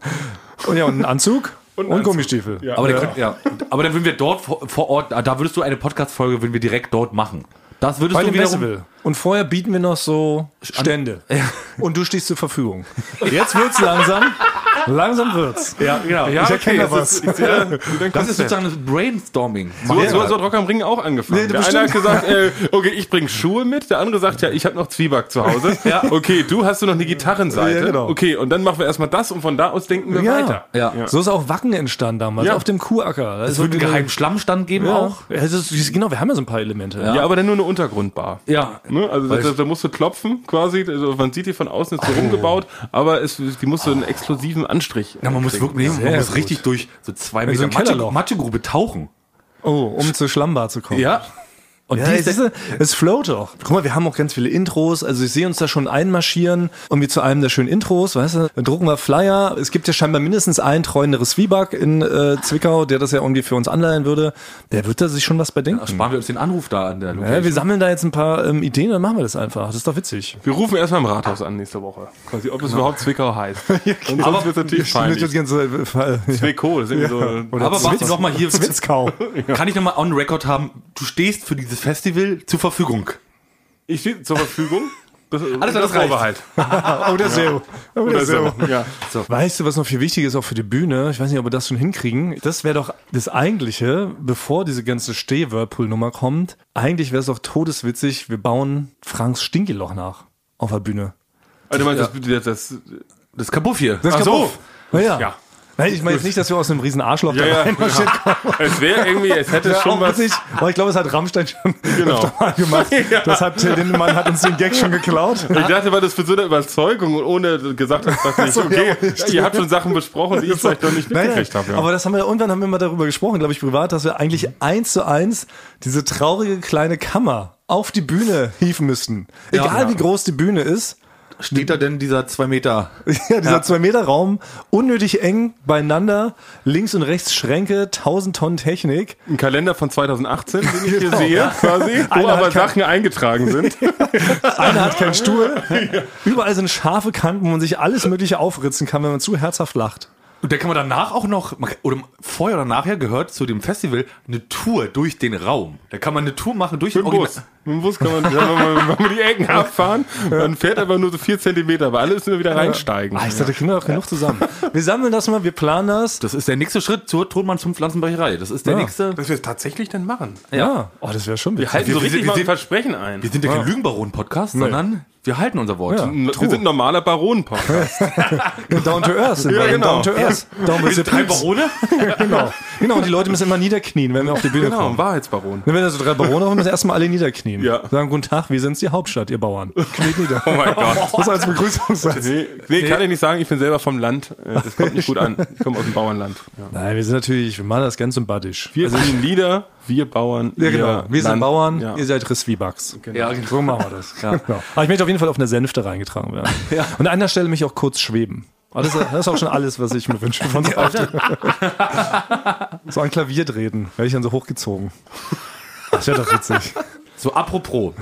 [SPEAKER 2] oh ja, und einen Anzug und,
[SPEAKER 3] einen Anzug.
[SPEAKER 2] Gummistiefel.
[SPEAKER 3] Ja.
[SPEAKER 1] Aber, der Könnte, ja. aber dann würden wir dort vor, vor Ort, ah, da würdest du eine Podcast-Folge, würden wir direkt dort machen. Das würdest
[SPEAKER 2] Bei
[SPEAKER 1] du
[SPEAKER 2] dem
[SPEAKER 1] wiederum,
[SPEAKER 2] Festival. Und vorher bieten wir noch so Stände. Und du stehst zur Verfügung. Jetzt wird's langsam. Langsam wird's. Ja, genau. ich erkenne da was.
[SPEAKER 3] das ist, ja, dann
[SPEAKER 1] Das
[SPEAKER 3] kommt
[SPEAKER 1] ist
[SPEAKER 3] der.
[SPEAKER 1] sozusagen das Brainstorming.
[SPEAKER 3] So,
[SPEAKER 1] Machen
[SPEAKER 3] so,
[SPEAKER 1] wir.
[SPEAKER 3] so hat Rock am Ring auch angefangen.
[SPEAKER 2] Nee,
[SPEAKER 3] der
[SPEAKER 2] bestimmt.
[SPEAKER 3] eine hat gesagt, äh, okay, ich bringe Schuhe mit. Der andere sagt, ja, ich habe noch Zwieback zu Hause.
[SPEAKER 1] Ja.
[SPEAKER 3] Okay, du hast du noch eine Gitarrenseite.
[SPEAKER 2] Ja, genau.
[SPEAKER 3] Okay, und dann machen wir erstmal das und von da aus denken wir weiter.
[SPEAKER 1] Ja.
[SPEAKER 2] So ist auch Wacken entstanden damals,
[SPEAKER 3] Ja.
[SPEAKER 2] auf dem Kuhacker. Das
[SPEAKER 1] Es wird einen geheimen Schlammstand geben
[SPEAKER 2] Genau. ja.
[SPEAKER 1] auch.
[SPEAKER 2] Ja, das ist, genau, wir haben ja so ein paar Elemente.
[SPEAKER 3] Ja, aber dann nur eine Untergrundbar.
[SPEAKER 1] Ja.
[SPEAKER 3] Ne? Also da, da- da musst du klopfen quasi, also man sieht die von außen ist so rumgebaut, aber es, die muss so einen exklusiven Anstrich.
[SPEAKER 1] Na, man muss wirklich, man muss
[SPEAKER 2] gut.
[SPEAKER 1] richtig durch so zwei
[SPEAKER 2] so
[SPEAKER 1] Meter
[SPEAKER 2] ein
[SPEAKER 1] Matsche,
[SPEAKER 2] Kellerloch.
[SPEAKER 1] Matschegrube tauchen.
[SPEAKER 2] Oh, um zur Schlammbar zu kommen.
[SPEAKER 1] Ja. Und
[SPEAKER 2] Ja,
[SPEAKER 1] die
[SPEAKER 2] es,
[SPEAKER 1] ist,
[SPEAKER 2] ist, es float auch. Guck mal, wir haben auch ganz viele Intros. Also ich sehe uns da schon einmarschieren und wir zu einem der schönen Intros, weißt du, dann drucken wir Flyer. Es gibt ja scheinbar mindestens einen treuenderen Zwieback in äh, Zwickau, der das ja irgendwie für uns anleihen würde. Der wird da sich schon was bedenken.
[SPEAKER 1] sparen wir uns den Anruf da an der Location.
[SPEAKER 2] Ja, wir sammeln da jetzt ein paar ähm, Ideen, dann machen wir das einfach. Das ist doch witzig.
[SPEAKER 3] Wir rufen erstmal im Rathaus an nächste Woche. Quasi, ob es
[SPEAKER 2] Genau.
[SPEAKER 3] überhaupt Zwickau heißt. Und sonst wird es natürlich peinlich.
[SPEAKER 2] ganze äh, Fall.
[SPEAKER 3] Zwickau, das ist irgendwie so.
[SPEAKER 2] Oder
[SPEAKER 1] Aber warte noch mal hier.
[SPEAKER 2] Zwickau.
[SPEAKER 1] Kann ich nochmal on record haben, du stehst für dieses Festival zur Verfügung.
[SPEAKER 3] Ich stehe zur Verfügung. Das,
[SPEAKER 1] Alles klar, das reicht.
[SPEAKER 3] Vorbehalt.
[SPEAKER 2] Oder so. Oder
[SPEAKER 3] Oder
[SPEAKER 2] so.
[SPEAKER 3] so. Ja.
[SPEAKER 2] Weißt du, was noch viel wichtig ist, auch für die Bühne? Ich weiß nicht, ob wir das schon hinkriegen. Das wäre doch das Eigentliche, bevor diese ganze Steh-Whirlpool-Nummer kommt. Eigentlich wäre es doch todeswitzig, wir bauen Franks Stinkeloch nach auf der Bühne.
[SPEAKER 3] Also, du meinst, das, das,
[SPEAKER 1] Das Kabuff hier.
[SPEAKER 2] Das
[SPEAKER 3] Ach so.
[SPEAKER 2] kaputt. Naja.
[SPEAKER 3] Ja.
[SPEAKER 2] Nein, ich meine jetzt nicht, dass wir aus einem riesen Arschloch
[SPEAKER 3] Ja,
[SPEAKER 2] da
[SPEAKER 3] ja.
[SPEAKER 2] reinmarschiert
[SPEAKER 3] es wäre irgendwie, es hätte
[SPEAKER 2] Ja,
[SPEAKER 3] schon
[SPEAKER 2] auch
[SPEAKER 3] was.
[SPEAKER 2] witzig, aber ich glaube, es hat Rammstein schon
[SPEAKER 3] Genau.
[SPEAKER 2] öfter mal gemacht. Das hat Till Lindemann hat uns den Gag schon geklaut.
[SPEAKER 3] Ich dachte, weil du es mit so einer Überzeugung und ohne gesagt hast, dachte ich,
[SPEAKER 2] so, ja,
[SPEAKER 3] okay,
[SPEAKER 2] stimmt.
[SPEAKER 3] ihr habt schon Sachen besprochen, die ich vielleicht noch nicht
[SPEAKER 2] Nein,
[SPEAKER 3] mitgekriegt habe. Ja.
[SPEAKER 2] Aber das haben wir irgendwann haben wir mal darüber gesprochen, glaube ich, privat, dass wir eigentlich eins zu eins diese traurige kleine Kammer auf die Bühne hieven müssten. Egal
[SPEAKER 1] Ja.
[SPEAKER 2] wie groß die Bühne ist,
[SPEAKER 1] Steht da denn dieser zwei Meter?
[SPEAKER 2] ja, dieser zwei Meter Raum unnötig eng beieinander, links und rechts Schränke, 1000 Tonnen Technik.
[SPEAKER 3] Ein Kalender von 2018, den ich hier sehe, quasi, wo
[SPEAKER 2] Genau, Einer hat
[SPEAKER 3] aber
[SPEAKER 2] kein-
[SPEAKER 3] Sachen eingetragen sind.
[SPEAKER 2] Einer hat keinen Stuhl. Überall sind scharfe Kanten, wo man sich alles Mögliche aufritzen kann, wenn man zu herzhaft lacht.
[SPEAKER 1] Und da kann man danach auch noch, man kann- oder vorher oder nachher gehört zu dem Festival eine Tour durch den Raum. Da kann man eine Tour machen durch den
[SPEAKER 3] Mit dem Bus. Mit dem Bus kann man, kann man, kann man die Ecken abfahren. Man fährt aber nur so vier Zentimeter, aber alle müssen wir wieder reinsteigen.
[SPEAKER 2] Ah, ich dachte, kriegen wir doch genug zusammen. Wir sammeln das mal, wir planen das.
[SPEAKER 1] Das ist der nächste Schritt zur Tonmann zum Pflanzenbrecherei. Das ist der
[SPEAKER 2] Ja.
[SPEAKER 1] nächste.
[SPEAKER 3] Dass wir es tatsächlich dann machen.
[SPEAKER 2] Ja. Oh, das wäre schon
[SPEAKER 3] Wir halten
[SPEAKER 1] Wir-
[SPEAKER 3] so
[SPEAKER 1] wir-
[SPEAKER 3] richtig
[SPEAKER 1] wir
[SPEAKER 3] mal ein
[SPEAKER 1] sind-
[SPEAKER 3] Versprechen ein.
[SPEAKER 1] Wir sind ja kein Lügenbaron-Podcast, sondern wir halten unser Wort.
[SPEAKER 2] Ja.
[SPEAKER 3] N- wir sind ein normaler Baron-Podcast.
[SPEAKER 2] Ja, Down to Earth sind
[SPEAKER 3] Ja,
[SPEAKER 2] wir.
[SPEAKER 3] genau.
[SPEAKER 2] Down to Earth. Down with the Pips.
[SPEAKER 1] Barone?
[SPEAKER 2] Genau. genau, und die Leute müssen immer niederknien, wenn wir auf die Bühne
[SPEAKER 3] genau, ein
[SPEAKER 2] kommen.
[SPEAKER 3] Wahrheitsbaron.
[SPEAKER 2] Wenn wir da so drei Barone haben, müssen erstmal alle niederknien.
[SPEAKER 3] Ja.
[SPEAKER 2] Sagen, guten Tag, wir sind die Hauptstadt, ihr Bauern. Kniet nieder.
[SPEAKER 3] Oh mein Gott.
[SPEAKER 2] Das als Begrüßungssatz.
[SPEAKER 3] Nee, nee, kann ich nicht sagen, ich bin selber vom Land. Äh, Das kommt nicht gut an. Ich komme aus dem Bauernland. Ja.
[SPEAKER 2] Nein, wir sind natürlich, wir machen das ganz sympathisch.
[SPEAKER 3] Wir sind Lieder, wir Bauern.
[SPEAKER 2] Ja, genau. Wir sind
[SPEAKER 3] Land.
[SPEAKER 2] Bauern,
[SPEAKER 3] Ja. Genau.
[SPEAKER 2] ihr seid Risswiebugs.
[SPEAKER 1] Ja,
[SPEAKER 2] So machen wir das. Genau. Aber ich möchte auf jeden Fall auf eine Sänfte reingetragen werden. Und an einer Stelle mich auch kurz schweben. Aber das, ist- das ist auch schon alles, was ich mir wünsche von so So ein Klavier treten, werde ich dann so hochgezogen. Das wäre doch witzig.
[SPEAKER 1] So, apropos.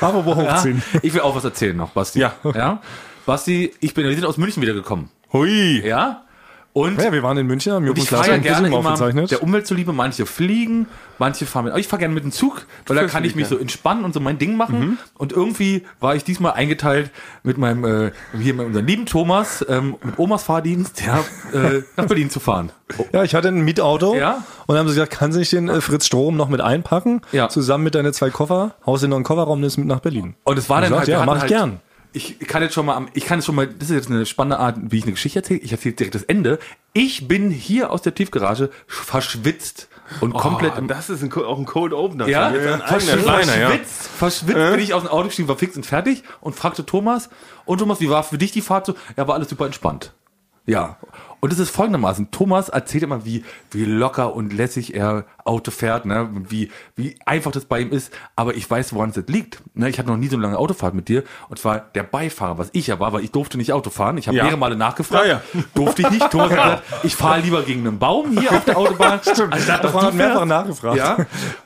[SPEAKER 2] Aber wo hochziehen?
[SPEAKER 1] Ich will auch was erzählen noch, Basti.
[SPEAKER 3] Ja.
[SPEAKER 1] ja? Basti, ich bin, wir sind aus München wiedergekommen.
[SPEAKER 3] Hui.
[SPEAKER 1] Ja? Und
[SPEAKER 2] Ja. wir waren in München, haben
[SPEAKER 1] ich
[SPEAKER 2] Jürgen
[SPEAKER 1] fahre ja gerne immer
[SPEAKER 2] aufgezeichnet.
[SPEAKER 1] der Umwelt zuliebe. Manche fliegen, manche fahren mit. Aber ich fahre gerne mit dem Zug, weil da
[SPEAKER 3] fährst
[SPEAKER 1] kann
[SPEAKER 3] mit
[SPEAKER 1] ich mich
[SPEAKER 3] dem,
[SPEAKER 1] so entspannen und so mein Ding machen.
[SPEAKER 2] Mhm.
[SPEAKER 1] Und irgendwie war ich diesmal eingeteilt mit meinem, äh, hier mit unserem lieben Thomas, ähm, mit Omas Fahrdienst, ja, äh, nach Berlin zu fahren.
[SPEAKER 2] Ja, ich hatte ein Mietauto
[SPEAKER 1] Ja.
[SPEAKER 2] und haben sie gesagt, kannst du nicht den äh, Fritz Strom noch mit einpacken?
[SPEAKER 1] Ja.
[SPEAKER 2] Zusammen mit deinen zwei Koffer, haust in noch einen Kofferraum, nimmst mit nach Berlin.
[SPEAKER 1] Und es war
[SPEAKER 2] Ich
[SPEAKER 1] dann
[SPEAKER 2] sag,
[SPEAKER 1] halt,
[SPEAKER 2] ja,
[SPEAKER 1] wir hatten
[SPEAKER 2] mach ich
[SPEAKER 1] halt,
[SPEAKER 2] gern.
[SPEAKER 1] Ich kann jetzt schon mal, am- ich kann jetzt schon mal, das ist jetzt eine spannende Art, wie ich eine Geschichte erzähle. Ich erzähle direkt das Ende. Ich bin hier aus der Tiefgarage verschwitzt und komplett
[SPEAKER 3] Oh,
[SPEAKER 1] im
[SPEAKER 3] das ist ein, Co- auch ein Cold Opener.
[SPEAKER 1] Ja,
[SPEAKER 3] Schon wieder ein
[SPEAKER 1] Verschw-
[SPEAKER 3] eigener kleiner, ja.
[SPEAKER 1] verschwitzt, verschwitzt bin ich aus dem Auto gestiegen, war fix und fertig und fragte Thomas, und Thomas, wie war für dich die Fahrt so? Ja, war alles super entspannt. Ja. Und es ist folgendermaßen, Thomas erzählt immer, wie, wie locker und lässig er Auto fährt, ne? wie, wie einfach das bei ihm ist, aber ich weiß, woran es jetzt liegt. Ne? Ich hatte noch nie so eine lange Autofahrt mit dir und zwar der Beifahrer, was ich ja war, weil ich durfte nicht Auto fahren. Ich habe
[SPEAKER 3] Ja.
[SPEAKER 1] mehrere Male nachgefragt,
[SPEAKER 3] Ja, ja.
[SPEAKER 1] durfte ich nicht. Thomas hat gesagt, ich fahre lieber gegen einen Baum hier auf der Autobahn. Stimmt, anstatt, ne? dass
[SPEAKER 2] Davon
[SPEAKER 1] du
[SPEAKER 2] hat mehrfach
[SPEAKER 1] fährst.
[SPEAKER 2] nachgefragt.
[SPEAKER 1] Ja.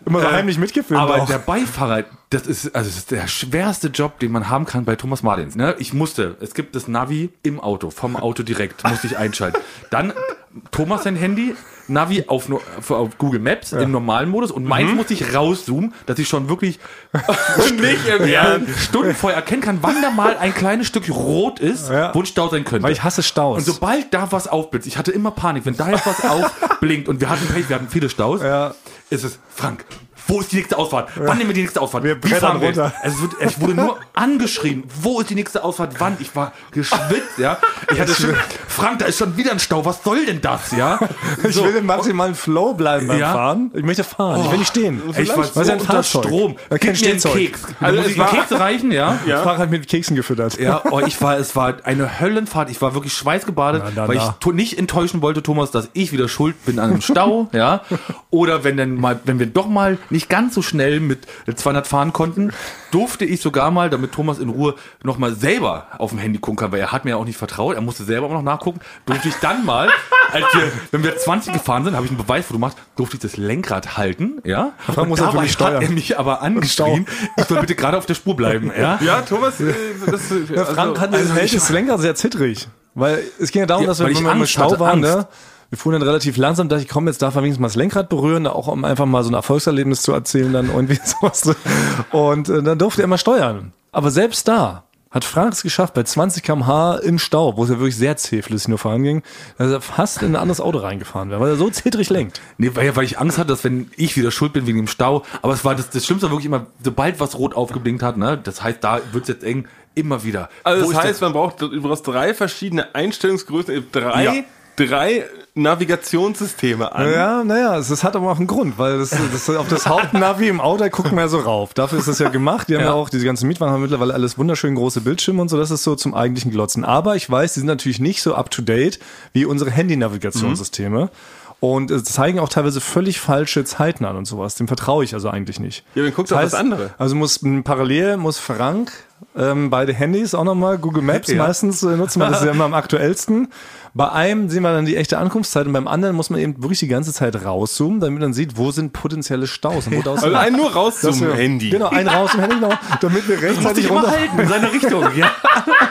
[SPEAKER 2] Immer so
[SPEAKER 1] Äh,
[SPEAKER 2] heimlich mitgefilmt.
[SPEAKER 1] Aber
[SPEAKER 2] auch.
[SPEAKER 1] der Beifahrer, das ist, also das ist der schwerste Job, den man haben kann bei Thomas Martins. Ne? Ich musste, es gibt das Navi im Auto, vom Auto direkt, musste ich einschalten. Dann Thomas sein Handy, Navi auf, nur- auf- auf Google Maps im normalen Modus und meins musste ich rauszoomen, dass ich schon wirklich nicht im Ernst. Stunden vorher erkennen kann, wann da mal ein kleines Stück rot ist,
[SPEAKER 2] Ja.
[SPEAKER 1] wo ein Stau sein könnte.
[SPEAKER 2] Weil ich hasse Staus.
[SPEAKER 1] Und sobald da was aufblitzt, ich hatte immer Panik, wenn da jetzt was aufblinkt und wir hatten Pech, wir hatten viele Staus,
[SPEAKER 2] Ja.
[SPEAKER 1] ist es, Frank, wo ist die nächste Ausfahrt? Wann nehmen wir die nächste Ausfahrt?
[SPEAKER 2] Wir
[SPEAKER 1] Wie
[SPEAKER 2] brettern
[SPEAKER 1] fahren wir
[SPEAKER 2] runter.
[SPEAKER 1] jetzt? Also es wird, ich wurde nur angeschrien, wo ist die nächste Ausfahrt, wann? Ich war geschwitzt, ja. Ich hatte schon, Frank, da ist schon wieder ein Stau, was soll denn das, ja?
[SPEAKER 2] ich will im maximalen Flow bleiben beim
[SPEAKER 1] Ja.
[SPEAKER 2] Fahren. Ich möchte fahren, ich will nicht stehen.
[SPEAKER 1] Ey, ich war so
[SPEAKER 2] Was ist ein
[SPEAKER 1] unter
[SPEAKER 2] Fahrzeug?
[SPEAKER 1] Strom.
[SPEAKER 2] Ja, kein
[SPEAKER 1] Gib mir einen
[SPEAKER 2] Stehzeug.
[SPEAKER 1] Keks.
[SPEAKER 3] Also
[SPEAKER 1] Also muss
[SPEAKER 3] es
[SPEAKER 1] ich einen
[SPEAKER 3] war-
[SPEAKER 1] Keks reichen, ja?
[SPEAKER 2] Ich fahre halt mit Keksen gefüttert.
[SPEAKER 1] Ja, oh, ich war, es war eine Höllenfahrt. Ich war wirklich schweißgebadet,
[SPEAKER 2] Na, na,
[SPEAKER 1] weil
[SPEAKER 2] na.
[SPEAKER 1] ich to- nicht enttäuschen wollte, Thomas, dass ich wieder schuld bin an einem Stau, ja. Oder wenn dann mal, wenn wir doch mal nicht ganz so schnell mit 200 fahren konnten, durfte ich sogar mal, damit Thomas in Ruhe nochmal selber auf dem Handy gucken kann, weil er hat mir ja auch nicht vertraut, er musste selber auch noch nachgucken, durfte ich dann mal, als wir, wenn wir 20 gefahren sind, habe ich einen Beweis, wo du machst, durfte ich das Lenkrad halten, ja.
[SPEAKER 2] Man muss
[SPEAKER 1] Und
[SPEAKER 2] natürlich
[SPEAKER 1] hat er
[SPEAKER 2] steuern.
[SPEAKER 1] mich aber angeschrien, ich soll bitte gerade auf der Spur bleiben, ja.
[SPEAKER 3] Ja, Thomas, äh, das, äh, also,
[SPEAKER 2] Frank hat also
[SPEAKER 1] ich-
[SPEAKER 2] das Lenkrad sehr zittrig. Weil es ging ja darum,
[SPEAKER 1] Ja,
[SPEAKER 2] dass wir,
[SPEAKER 1] weil ich
[SPEAKER 2] wenn wir im
[SPEAKER 1] Angst
[SPEAKER 2] Stau
[SPEAKER 1] hatte,
[SPEAKER 2] waren,
[SPEAKER 1] Angst.
[SPEAKER 2] ne? wir fuhren dann relativ langsam, dachte ich, komm, jetzt darf man wenigstens mal das Lenkrad berühren, auch um einfach mal so ein Erfolgserlebnis zu erzählen dann irgendwie sowas. Und äh, dann durfte er immer steuern. Aber selbst da hat Frank es geschafft, bei 20 km/h im Stau, wo es ja wirklich sehr zähflüssig nur voranging, dass er fast in ein anderes Auto reingefahren wäre, weil er so zittrig lenkt.
[SPEAKER 1] Nee, weil, weil ich Angst hatte, dass wenn ich wieder schuld bin wegen dem Stau, aber es war das, das Schlimmste war wirklich immer, sobald was rot aufgeblinkt hat, ne, das heißt, da wird's jetzt eng, immer wieder.
[SPEAKER 3] Also
[SPEAKER 1] Wo
[SPEAKER 3] das
[SPEAKER 1] ist
[SPEAKER 3] heißt, man braucht du brauchst drei verschiedene Einstellungsgrößen, äh, drei,
[SPEAKER 1] Ja.
[SPEAKER 3] drei Navigationssysteme an.
[SPEAKER 2] Ja, naja, es, es hat aber auch einen Grund, weil das, das, auf das Hauptnavi im Auto gucken wir ja so rauf. Dafür ist das ja gemacht. Die haben ja,
[SPEAKER 1] Ja.
[SPEAKER 2] auch, diese ganzen Mietwagen haben mittlerweile alles wunderschön große Bildschirme und so. Das ist so zum eigentlichen Glotzen. Aber ich weiß, die sind natürlich nicht so up to date wie unsere Handy-Navigationssysteme.
[SPEAKER 3] Mhm.
[SPEAKER 2] Und es zeigen auch teilweise völlig falsche Zeiten an und sowas. Dem vertraue ich also eigentlich nicht.
[SPEAKER 3] Ja, dann guckt doch das andere.
[SPEAKER 2] Also muss m, parallel muss Frank ähm, beide Handys auch nochmal, Google Maps meistens äh, nutzen wir das ist ja immer am aktuellsten. Bei einem sehen wir dann die echte Ankunftszeit und beim anderen muss man eben wirklich die ganze Zeit rauszoomen, damit man sieht, wo sind potenzielle Staus und wo dauert
[SPEAKER 3] Also ein nur raus
[SPEAKER 2] Dass
[SPEAKER 3] zum
[SPEAKER 2] wir-
[SPEAKER 3] Handy.
[SPEAKER 2] Genau, ein raus im Handy, genau, damit wir rechtzeitig runter,
[SPEAKER 1] halten in seine Richtung, ja.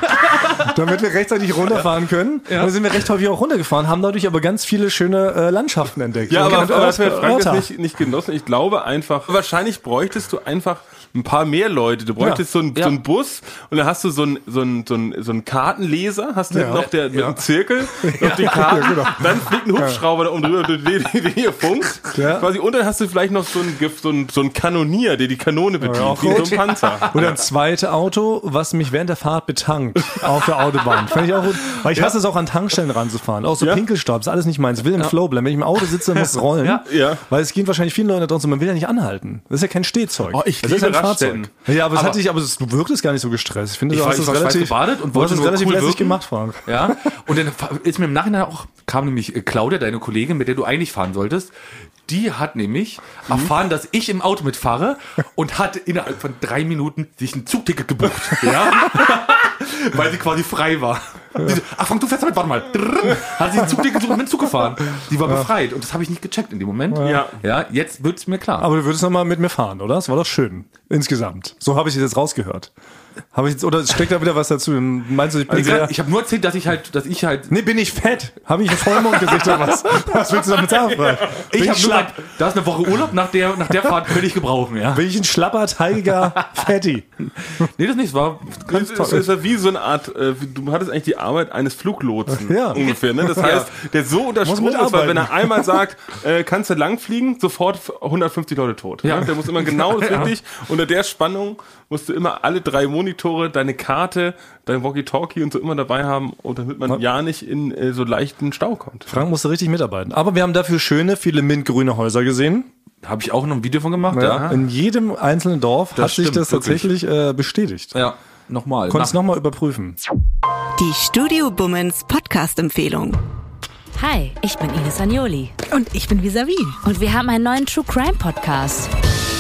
[SPEAKER 2] damit wir rechtzeitig runterfahren können. Und dann sind wir recht häufig auch runtergefahren, haben dadurch aber ganz viele schöne äh, Landschaften entdeckt.
[SPEAKER 3] Ja,
[SPEAKER 2] Und
[SPEAKER 3] aber,
[SPEAKER 2] ganz
[SPEAKER 3] aber das wird
[SPEAKER 2] Orte.
[SPEAKER 3] Frank das nicht, nicht genossen. Ich glaube einfach, wahrscheinlich bräuchtest du einfach ein paar mehr Leute. Du bräuchtest so, einen, so einen Bus und dann hast du so einen, so einen, so einen, so einen Kartenleser, hast du
[SPEAKER 2] Ja. genau.
[SPEAKER 3] noch der, mit einem Zirkel auf die Karten, dann fliegt ein Hubschrauber da oben drüber, den, den, den ihr funkt.
[SPEAKER 2] Ja.
[SPEAKER 3] Quasi, und dann hast du vielleicht noch so einen, Gift- so einen, so einen Kanonier, der die Kanone bedient,
[SPEAKER 2] auch
[SPEAKER 3] wie so
[SPEAKER 2] gut.
[SPEAKER 3] ein Panzer.
[SPEAKER 2] Oder ein zweites Auto, was mich während der Fahrt betankt auf der Autobahn. Fand ich auch gut. Weil ich hasse es auch an Tankstellen ranzufahren. Auch so
[SPEAKER 3] Ja.
[SPEAKER 2] Pinkelstaub, ist alles nicht meins. Ich will im Flow bleiben. Wenn ich im Auto sitze, muss es rollen.
[SPEAKER 3] Ja.
[SPEAKER 2] Weil es gehen wahrscheinlich vielen Leuten da draußen, man will ja nicht anhalten. Das ist ja kein Stehzeug.
[SPEAKER 3] Oh, ich
[SPEAKER 2] das ist
[SPEAKER 3] liebe
[SPEAKER 2] ein Fahrzeug.
[SPEAKER 3] Raststätten.
[SPEAKER 2] Ja, aber, es
[SPEAKER 1] Aber-
[SPEAKER 2] hat dich, aber es, du wirktest gar nicht so gestresst. Ich finde, du
[SPEAKER 1] Ich war-
[SPEAKER 2] hast
[SPEAKER 1] ich
[SPEAKER 2] es
[SPEAKER 1] war schwarz
[SPEAKER 2] relativ,
[SPEAKER 1] gebadet und
[SPEAKER 2] du hast
[SPEAKER 1] wollte
[SPEAKER 2] es
[SPEAKER 1] nur
[SPEAKER 2] relativ
[SPEAKER 1] cool
[SPEAKER 2] lässig
[SPEAKER 1] wirken.
[SPEAKER 2] gemacht, Frank.
[SPEAKER 1] Ja, und dann fa- ist mir im Nachhinein auch, kam nämlich äh, Claudia, deine Kollegin, mit der du eigentlich fahren solltest, die hat nämlich
[SPEAKER 2] Mhm.
[SPEAKER 1] erfahren, dass ich im Auto mitfahre und hat innerhalb von drei Minuten sich ein Zugticket gebucht. Ja. Weil sie quasi frei war. Die so, Ach, Frank, du fährst damit, warte mal. Drrrr. Hat sie ein Zugticket gesucht und mit dem Zug gefahren. Die war befreit und das habe ich nicht gecheckt in dem Moment.
[SPEAKER 3] Ja.
[SPEAKER 1] Ja, jetzt wird's mir klar.
[SPEAKER 2] Aber du würdest nochmal mit mir fahren, oder? Das war doch schön. Insgesamt. So habe ich es jetzt rausgehört. Habe ich jetzt, oder steckt da wieder was dazu? Meinst du, ich bin
[SPEAKER 1] Also ich
[SPEAKER 2] sehr-
[SPEAKER 1] ich habe nur erzählt, dass ich halt, dass ich halt
[SPEAKER 2] Nee, bin ich fett? Habe ich ein Vollmond gesicht oder was? Was willst du damit sagen? Frank? Bin
[SPEAKER 1] Ich
[SPEAKER 2] ich,
[SPEAKER 1] habe nur
[SPEAKER 2] schlapp?
[SPEAKER 1] gesagt, da ist eine Woche Urlaub, nach der, nach der Fahrt könnte ich gebrauchen, ja.
[SPEAKER 2] Bin ich ein schlapper, teigiger Fetti?
[SPEAKER 1] Nee, das nicht, es war
[SPEAKER 3] Das ist, das ist wie so eine Art, äh, wie- du hattest eigentlich die Arbeit eines Fluglotsen
[SPEAKER 2] Ja.
[SPEAKER 3] ungefähr. Ne? Das heißt, der so unter
[SPEAKER 2] Muss
[SPEAKER 3] Strom ist, weil
[SPEAKER 2] mitarbeiten.
[SPEAKER 3] wenn er einmal sagt, äh, kannst du lang fliegen, sofort 150 Leute tot.
[SPEAKER 1] Ja.
[SPEAKER 3] Ne? Der muss immer genau das richtig. Unter der Spannung musst du immer alle drei Monitore, deine Karte, dein Walkie-Talkie und so immer dabei haben, und damit man ja nicht in äh, so leichten Stau kommt.
[SPEAKER 2] Frank musste richtig mitarbeiten. Aber wir haben dafür schöne, viele mintgrüne Häuser gesehen.
[SPEAKER 1] Habe ich auch noch ein Video von gemacht,
[SPEAKER 2] Ja.
[SPEAKER 1] ja.
[SPEAKER 2] In jedem einzelnen Dorf hat sich
[SPEAKER 1] stimmt,
[SPEAKER 2] das tatsächlich äh, bestätigt.
[SPEAKER 1] Ja, nochmal.
[SPEAKER 2] Konntest
[SPEAKER 1] Nach-
[SPEAKER 2] nochmal überprüfen.
[SPEAKER 6] Die Studio Bummens Podcast-Empfehlung.
[SPEAKER 7] Hi, ich bin Ines Agnoli.
[SPEAKER 8] Und ich bin Visavi.
[SPEAKER 7] Und wir haben einen neuen True Crime Podcast.